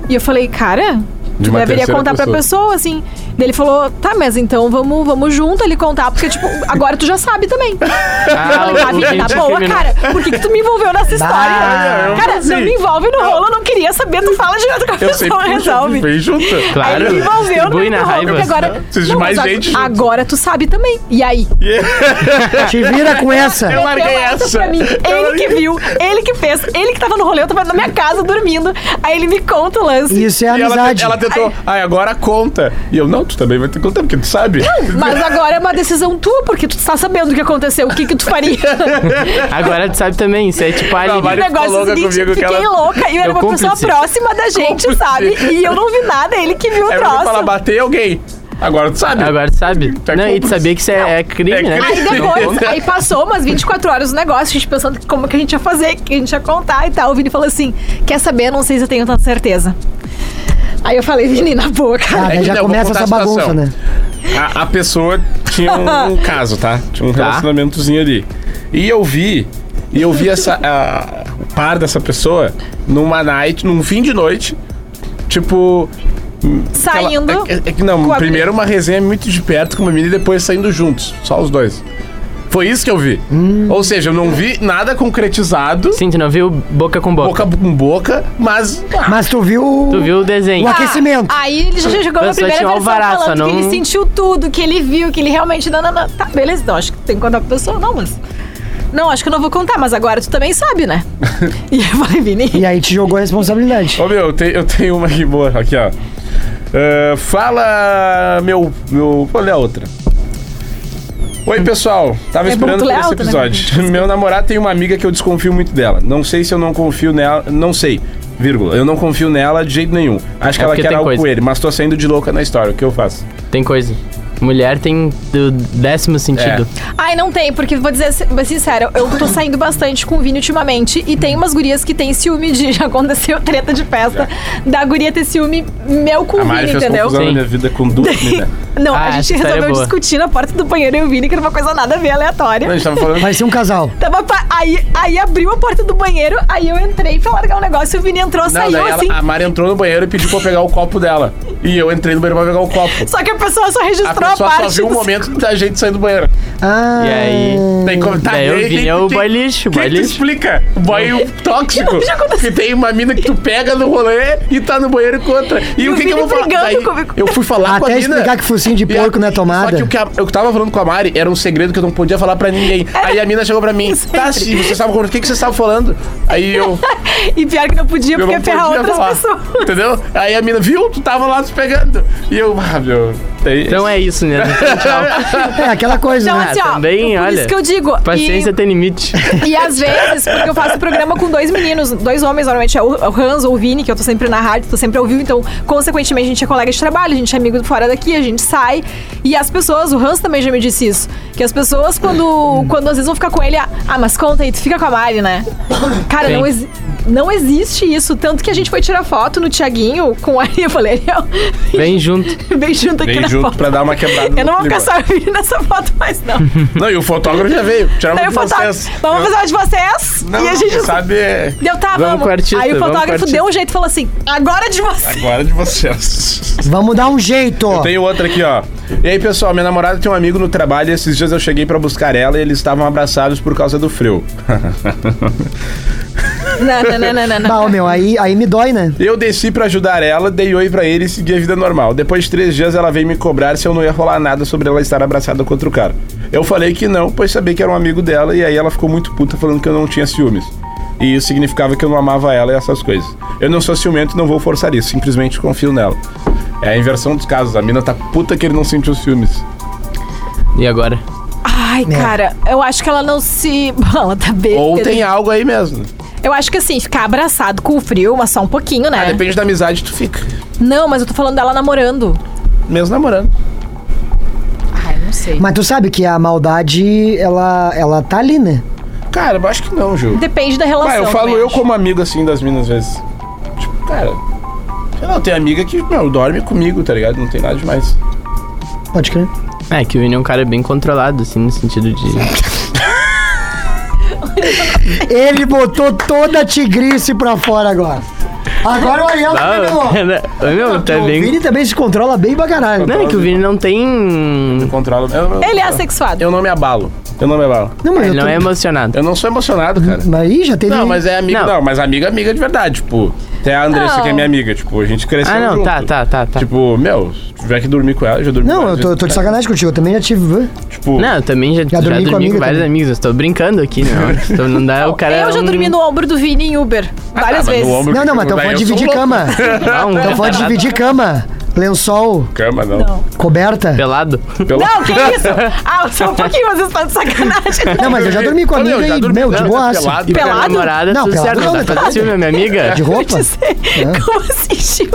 Speaker 4: E eu falei, cara,
Speaker 2: De
Speaker 4: tu
Speaker 2: uma
Speaker 4: deveria
Speaker 2: terceira
Speaker 4: contar pra pessoa, assim. Daí ele falou, tá, mas então vamos, vamos junto ele contar, porque, tipo, agora tu já sabe também.
Speaker 3: Ah,
Speaker 4: eu falei,
Speaker 3: o
Speaker 4: ah, Vini,
Speaker 3: Vini
Speaker 4: tá
Speaker 3: é
Speaker 4: boa,
Speaker 3: criminoso.
Speaker 4: cara. Por que, que tu me envolveu nessa história?
Speaker 5: Bah,
Speaker 2: Ah, é, eu
Speaker 4: cara,
Speaker 2: não sei.
Speaker 4: não me envolve no rolo, eu não queria saber, tu fala direto com a
Speaker 2: Eu sei
Speaker 4: pessoa,
Speaker 2: porque
Speaker 4: resolve.
Speaker 2: Vem junto.
Speaker 3: Claro.
Speaker 5: É
Speaker 4: Aí ele envolveu no
Speaker 3: Distribui
Speaker 4: meio
Speaker 3: na
Speaker 4: do rolo,
Speaker 3: raiva. né?
Speaker 4: porque agora...
Speaker 2: Preciso de
Speaker 4: Não,
Speaker 2: mais
Speaker 4: mas a-
Speaker 2: gente junto.
Speaker 4: Agora tu sabe também. E aí?
Speaker 5: Te vira com essa.
Speaker 2: Eu larguei
Speaker 4: Deu
Speaker 2: essa.
Speaker 4: Pra mim.
Speaker 2: Eu
Speaker 4: Ele
Speaker 2: larguei.
Speaker 4: que viu, ele que fez, ele que tava no rolê, eu tava na minha casa dormindo. Aí ele me conta o lance.
Speaker 5: Isso é
Speaker 2: E ela,
Speaker 5: amizade.
Speaker 2: ela tentou. Ai, agora conta. E eu, não, tu também vai ter que contar, porque tu sabe.
Speaker 4: Mas agora é uma decisão tua, porque tu tá sabendo o que aconteceu, o que que tu faria.
Speaker 3: Agora tu sabe também, isso é tipo ali.
Speaker 4: O
Speaker 2: Mari-
Speaker 4: negócio é o
Speaker 2: louca
Speaker 4: seguinte,
Speaker 2: comigo que
Speaker 4: fiquei
Speaker 2: ela-
Speaker 4: louca e eu era
Speaker 3: Eu
Speaker 4: uma pessoa
Speaker 3: cúmplice.
Speaker 4: próxima da gente,
Speaker 2: Cúmplice.
Speaker 4: sabe? E eu não vi nada, ele que viu o
Speaker 2: É pra falar,
Speaker 4: troço.
Speaker 2: bater alguém. Agora tu sabe.
Speaker 3: Agora tu sabe.
Speaker 2: Tá
Speaker 3: Não, e tu
Speaker 2: cúmplice.
Speaker 3: sabia que isso é, é crime,
Speaker 2: É
Speaker 3: né?
Speaker 2: crime.
Speaker 4: Aí
Speaker 2: Não,
Speaker 4: depois,
Speaker 2: né?
Speaker 4: aí passou umas 24 horas o negócio, a gente pensando como que a gente ia fazer, que a gente ia contar e tal. O Vini falou assim: quer saber? Não sei se eu tenho tanta certeza. Aí eu falei, Vini, na boa,
Speaker 5: Ah,
Speaker 4: cara.
Speaker 5: daí
Speaker 2: que
Speaker 5: já
Speaker 2: não, vou
Speaker 5: começa
Speaker 2: contar
Speaker 5: essa
Speaker 2: a
Speaker 5: bagunça,
Speaker 2: situação.
Speaker 5: né?
Speaker 2: A, a pessoa tinha um, um caso, tá? Tinha um
Speaker 3: Tá.
Speaker 2: relacionamentozinho ali. E eu vi, e eu vi essa, a- o par dessa pessoa numa night, num fim de noite, tipo.
Speaker 5: Tá
Speaker 2: aquela-
Speaker 4: Saindo.
Speaker 2: é- é- é que não,
Speaker 4: com a-
Speaker 2: primeiro uma resenha muito de perto com uma menina e depois saindo juntos, só os dois. Foi isso que eu vi.
Speaker 5: Hum.
Speaker 2: Ou seja, eu não vi nada concretizado,
Speaker 3: Sim, tu não viu boca com boca.
Speaker 2: boca com boca, mas.
Speaker 5: Mas tu viu.
Speaker 3: Tu viu o desenho.
Speaker 5: O aqui- aquecimento.
Speaker 4: Aí ele já chegou
Speaker 3: Pessoa
Speaker 4: na primeira
Speaker 3: tinha um
Speaker 4: versão
Speaker 3: alvará,
Speaker 4: falando
Speaker 3: só
Speaker 4: que
Speaker 3: não-
Speaker 4: ele sentiu tudo, que ele viu, que ele realmente... Não, não, não. Tá, beleza, então acho que tem que contar pra pessoa. Não, mas... Não, acho que eu não vou contar, mas agora tu também sabe, né? e eu falei, Vini...
Speaker 5: E aí te jogou a responsabilidade.
Speaker 2: Ô meu, eu, te- eu tenho uma aqui boa, aqui ó. Ah, fala, meu, meu. Qual é a outra? Oi, pessoal. Tava
Speaker 4: É bom
Speaker 2: esperando
Speaker 4: tu
Speaker 2: por
Speaker 4: ler
Speaker 2: esse
Speaker 4: alto, né,
Speaker 2: episódio. Meu namorado tem uma amiga que eu desconfio muito dela. Não sei se eu não confio nela. Não sei, vírgula. Eu não confio nela de jeito nenhum. Acho que
Speaker 3: É
Speaker 2: ela
Speaker 3: porque
Speaker 2: quer
Speaker 3: tem
Speaker 2: algo
Speaker 3: coisa.
Speaker 2: com ele, mas tô saindo de louca na história. O que eu faço?
Speaker 3: Tem coisa. Mulher tem do décimo sentido.
Speaker 4: Ai, não tem, porque vou dizer se- mas sincero, eu tô saindo bastante com o Vini ultimamente e tem umas gurias que tem ciúme de... Já aconteceu treta de festa
Speaker 3: É.
Speaker 4: da guria ter ciúme meu com
Speaker 2: A
Speaker 4: o
Speaker 2: Mari
Speaker 4: Vini,
Speaker 2: fez
Speaker 4: entendeu?
Speaker 2: confusão na
Speaker 3: Sim.
Speaker 2: minha vida com duas meninas.
Speaker 4: Não,
Speaker 3: Ah,
Speaker 4: a
Speaker 3: essa
Speaker 4: gente
Speaker 3: história é
Speaker 4: resolveu
Speaker 3: boa.
Speaker 4: discutir na porta do banheiro e o Vini, que não foi coisa nada a ver aleatória.
Speaker 2: Não, a gente tava falando.
Speaker 5: Parecia um casal.
Speaker 4: Tava pa- aí, aí abriu a porta do banheiro, aí eu entrei pra largar o negócio, o Vini entrou,
Speaker 2: Não,
Speaker 4: saiu
Speaker 2: daí ela-
Speaker 4: assim.
Speaker 2: a Mari entrou no banheiro e pediu pra eu pegar o copo dela. E eu entrei no banheiro pra pegar o copo.
Speaker 4: Só que a pessoa só
Speaker 2: A
Speaker 4: registrou a,
Speaker 2: pessoa
Speaker 4: parte.
Speaker 2: só viu o
Speaker 4: do-
Speaker 2: momento da gente sair do banheiro.
Speaker 5: Ah.
Speaker 3: E aí?
Speaker 2: É. Tem como tá
Speaker 3: Daí eu
Speaker 2: aí,
Speaker 3: vi,
Speaker 2: quem-
Speaker 3: é o
Speaker 2: quem-
Speaker 3: boy lixo,
Speaker 2: Quem
Speaker 3: boy
Speaker 2: tu
Speaker 3: lixo.
Speaker 2: explica? Boy tóxico.
Speaker 4: Já
Speaker 2: Que
Speaker 4: aconteceu.
Speaker 2: tem uma mina que tu pega no rolê e tá no banheiro com outra. E
Speaker 4: E
Speaker 2: o
Speaker 4: o
Speaker 2: que que eu
Speaker 4: Vini
Speaker 2: vou falar?
Speaker 4: brigando
Speaker 2: Daí
Speaker 4: comigo.
Speaker 2: eu fui falar com a
Speaker 5: Até
Speaker 2: mina.
Speaker 5: explicar que focinho de
Speaker 2: e a-
Speaker 5: porco não é
Speaker 2: Só que
Speaker 5: tomada.
Speaker 2: o que a- eu tava falando com a Mari era um segredo que eu não podia falar pra ninguém. Aí a mina chegou pra
Speaker 4: um
Speaker 2: mim, tá, Steve, você sabe o que, que você estava falando? Aí eu.
Speaker 4: E pior que não podia,
Speaker 2: eu
Speaker 4: porque ia ferrar
Speaker 2: podia
Speaker 4: outras
Speaker 2: falar,
Speaker 3: Ah,
Speaker 4: pessoas.
Speaker 2: Entendeu? Aí a mina, viu? Tu tava lá te pegando. E eu, ah, meu. tem-
Speaker 3: Então é isso, né? Tchau.
Speaker 5: É aquela coisa,
Speaker 4: Então,
Speaker 5: né?
Speaker 4: assim, ó,
Speaker 3: também,
Speaker 4: por
Speaker 3: olha,
Speaker 4: isso que eu digo.
Speaker 3: Paciência tem limite.
Speaker 4: E, e às vezes, porque eu faço programa com dois meninos, dois homens, normalmente é o o Hans ou o Vini, que eu tô sempre na rádio, tô sempre ao vivo, então, consequentemente, a gente é colega de trabalho, a gente é amigo fora daqui, a gente sai. E as pessoas, o Hans também já me disse isso, que as pessoas, quando, quando às vezes vão ficar com ele, ah, mas conta aí, tu fica com a Mari, né? Cara,
Speaker 3: Sim.
Speaker 4: não, exi- não existe isso. Tanto que a gente foi tirar foto no Tiaguinho com a. Eu falei, Ariel,
Speaker 3: Vem junto.
Speaker 4: Vem junto aqui
Speaker 2: Vem
Speaker 4: na
Speaker 2: junto pra dar uma quebrada. no
Speaker 4: Eu não vou
Speaker 2: clima.
Speaker 4: ficar sorrindo nessa foto mais, não. Tá,
Speaker 2: Não, e o fotógrafo já veio. Tirar
Speaker 4: Daí
Speaker 2: uma
Speaker 4: o
Speaker 2: de
Speaker 4: fotógrafo.
Speaker 2: vocês.
Speaker 4: Vamos fazer uma de vocês.
Speaker 2: Não,
Speaker 4: e a gente.
Speaker 2: sabe... é
Speaker 4: Deu, tá,
Speaker 3: Vamos
Speaker 4: vamos.
Speaker 3: com o artista,
Speaker 4: Aí
Speaker 3: vamos
Speaker 4: o
Speaker 3: com o
Speaker 4: fotógrafo
Speaker 3: artista.
Speaker 4: deu um jeito e falou assim: agora é de você.
Speaker 2: Agora de vocês.
Speaker 5: Vamos dar um jeito.
Speaker 2: Eu tenho outra aqui, ó. E aí, pessoal, minha namorada tem um amigo no trabalho e esses dias eu cheguei pra buscar ela e eles estavam abraçados por causa do frio.
Speaker 4: Não, não, não, não, não, não.
Speaker 5: Bah, Tá, ô, meu, aí, aí me dói, né?
Speaker 2: Eu desci pra ajudar ela, dei oi pra ele e segui a vida normal. Depois de três dias ela veio me cobrar se eu não ia rolar nada sobre ela estar abraçada com outro cara. Eu falei que não, pois sabia que era um amigo dela e aí ela ficou muito puta falando que eu não tinha ciúmes. E isso significava que eu não amava ela e essas coisas. Eu não sou ciumento e não vou forçar isso, simplesmente confio nela. É a inversão dos casos, a mina tá puta que ele não sentiu ciúmes.
Speaker 3: E agora?
Speaker 4: Ai,
Speaker 5: Né.
Speaker 4: cara, eu acho que ela não se. Ela tá bem.
Speaker 2: Ou tem algo aí mesmo.
Speaker 4: Eu acho que assim, ficar abraçado com o frio, mas só um pouquinho, né?
Speaker 2: Ah, depende da amizade tu fica.
Speaker 4: Não, mas eu tô falando dela namorando.
Speaker 2: Mesmo namorando.
Speaker 4: Ai, não sei.
Speaker 5: Mas tu sabe que a maldade, ela, ela tá ali, né?
Speaker 2: Cara, eu acho que não, Ju.
Speaker 4: Depende da relação.
Speaker 2: Mas eu falo
Speaker 4: também,
Speaker 2: eu
Speaker 4: acho.
Speaker 2: como amigo assim das minas às vezes. Tipo, cara. Sei lá, tem amiga que, meu, dorme comigo, tá ligado? Não tem nada demais.
Speaker 5: Pode crer.
Speaker 3: É, que o Vini é um cara bem controlado, assim, no sentido de.
Speaker 5: Ele botou toda a tigrice pra fora agora. Agora o Ariel também, meu amor.
Speaker 3: Ô, meu, tá
Speaker 5: O
Speaker 3: bem.
Speaker 5: Vini também se controla bem pra caralho.
Speaker 3: Não, é que o Vini não tem.
Speaker 2: Eu controlo. Eu, eu-
Speaker 4: Ele é
Speaker 2: eu-
Speaker 4: assexuado.
Speaker 2: Eu não me abalo. Eu não me abalo.
Speaker 5: Não, mas
Speaker 3: Ele
Speaker 5: eu
Speaker 3: não
Speaker 5: tô...
Speaker 3: é emocionado.
Speaker 2: Eu não sou emocionado, cara.
Speaker 5: Mas aí já teve...
Speaker 2: Não, mas é amigo. Não,
Speaker 3: Não.
Speaker 2: mas amiga, amiga de verdade. Tipo, até a Andressa
Speaker 4: Não.
Speaker 2: que é minha amiga. Tipo, a gente cresceu.
Speaker 3: Ah, não,
Speaker 2: junto.
Speaker 3: tá, tá, tá, tá.
Speaker 2: Tipo, meu, se tiver que dormir com ela, eu já dormi
Speaker 5: Não,
Speaker 2: com ela.
Speaker 5: eu tô, eu tô de sacanagem contigo. Eu também já tive...
Speaker 2: Tipo,
Speaker 3: Não, eu também já, já
Speaker 5: dormi
Speaker 3: dormi
Speaker 5: com
Speaker 3: com,
Speaker 5: amiga
Speaker 3: vários
Speaker 5: também.
Speaker 3: amigos. Eu tô brincando aqui, não. Então não dá, o cara.
Speaker 4: eu já
Speaker 3: é um-
Speaker 4: dormi no ombro do Vini em Uber. várias
Speaker 2: Ah, tá, mas no
Speaker 4: vezes.
Speaker 2: ombro-
Speaker 5: Não, não, mas então
Speaker 2: Daí
Speaker 5: pode
Speaker 2: eu sou
Speaker 5: dividir
Speaker 2: louco.
Speaker 5: cama.
Speaker 3: Não, um
Speaker 5: Então pode
Speaker 3: pelado.
Speaker 5: dividir cama. Lençol,
Speaker 2: cama não.
Speaker 4: Não.
Speaker 5: coberta.
Speaker 3: Pelado.
Speaker 2: Pelo...
Speaker 4: Não, que isso? Ah, só um pouquinho, mas você tá de sacanagem.
Speaker 5: Não, mas eu já dormi com a
Speaker 2: Ô, meu,
Speaker 5: amiga
Speaker 2: já
Speaker 5: e,
Speaker 2: dormi
Speaker 5: meu,
Speaker 2: com
Speaker 5: de
Speaker 2: ela,
Speaker 5: boaça.
Speaker 2: pelado.
Speaker 3: E pra
Speaker 4: Pelado?
Speaker 3: namorada,
Speaker 5: Não,
Speaker 3: tudo
Speaker 5: pelado
Speaker 3: certo.
Speaker 5: não,
Speaker 3: Não
Speaker 5: né?
Speaker 3: tá fazendo ciúme, minha amiga?
Speaker 5: De roupa?
Speaker 4: Como assistiu?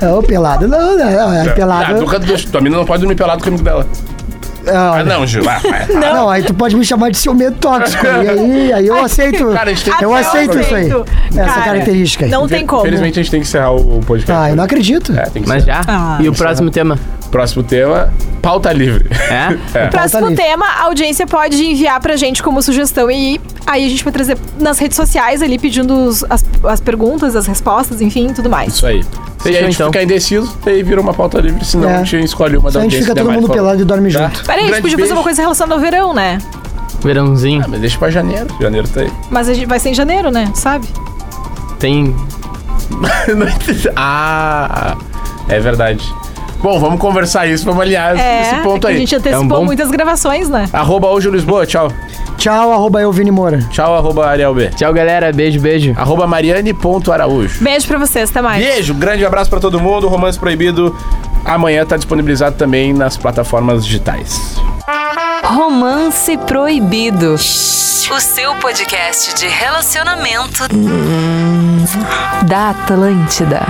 Speaker 5: Não, É, pelado não, não, não. É
Speaker 2: Ah,
Speaker 5: pelado.
Speaker 2: nunca deixo- tua mina não pode dormir pelado com o amigo dela.
Speaker 5: Ah,
Speaker 2: Ah, não, Gil. Ah, vai.
Speaker 5: não. aí tu pode me chamar de ciumento tóxico. E aí, aí eu aceito.
Speaker 2: Cara, a gente tem que-
Speaker 5: Eu
Speaker 4: Até
Speaker 5: aceito isso aí.
Speaker 4: aceito.
Speaker 5: Essa
Speaker 4: Cara,
Speaker 5: característica aí.
Speaker 4: Não tem como.
Speaker 2: Infelizmente a gente tem que encerrar o o podcast.
Speaker 5: Ah, eu não acredito.
Speaker 2: É, tem que
Speaker 3: Mas
Speaker 2: encerrar.
Speaker 3: já?
Speaker 4: Ah.
Speaker 3: e o próximo tema?
Speaker 2: Próximo tema, pauta livre.
Speaker 3: É?
Speaker 2: É.
Speaker 5: Pauta
Speaker 4: Próximo
Speaker 5: livre.
Speaker 4: tema, a audiência pode enviar pra gente como sugestão e aí a gente vai trazer nas redes sociais ali pedindo os- as, as perguntas, as respostas, enfim, tudo mais.
Speaker 2: Isso aí. Se
Speaker 3: Fechou,
Speaker 2: a gente
Speaker 3: então.
Speaker 2: ficar indeciso, aí vira uma pauta livre, senão
Speaker 5: É.
Speaker 2: a gente escolhe uma da
Speaker 5: Só a gente
Speaker 2: audiência
Speaker 5: fica
Speaker 2: e
Speaker 5: todo
Speaker 2: demais,
Speaker 5: mundo
Speaker 2: por favor.
Speaker 5: pelado e dorme
Speaker 2: Tá?
Speaker 5: junto.
Speaker 4: Peraí, a gente
Speaker 2: Grande
Speaker 4: podia fazer
Speaker 2: beijo.
Speaker 4: uma coisa relacionada ao verão, né?
Speaker 3: Verãozinho.
Speaker 2: Ah, mas deixa pra janeiro. Janeiro tá aí.
Speaker 4: Mas a gente vai ser em janeiro, né? Sabe?
Speaker 3: Tem.
Speaker 2: Não entendi. ah, é verdade. Bom, vamos conversar isso, vamos alinhar
Speaker 5: É,
Speaker 2: esse ponto
Speaker 4: que
Speaker 2: aí.
Speaker 4: a gente antecipou
Speaker 3: É um bom-
Speaker 4: muitas gravações, né?
Speaker 2: Arroba hoje Lisboa, tchau.
Speaker 5: Tchau, arroba eu, Vini Moura.
Speaker 2: Tchau, arroba Ariel B.
Speaker 3: Tchau, galera. Beijo, beijo.
Speaker 2: Arroba Mariane.araújo.
Speaker 4: Beijo pra vocês, até mais.
Speaker 2: Beijo, grande abraço pra todo mundo. Romance Proibido amanhã tá disponibilizado também nas plataformas digitais.
Speaker 1: Romance Proibido. O seu podcast de relacionamento da Atlântida.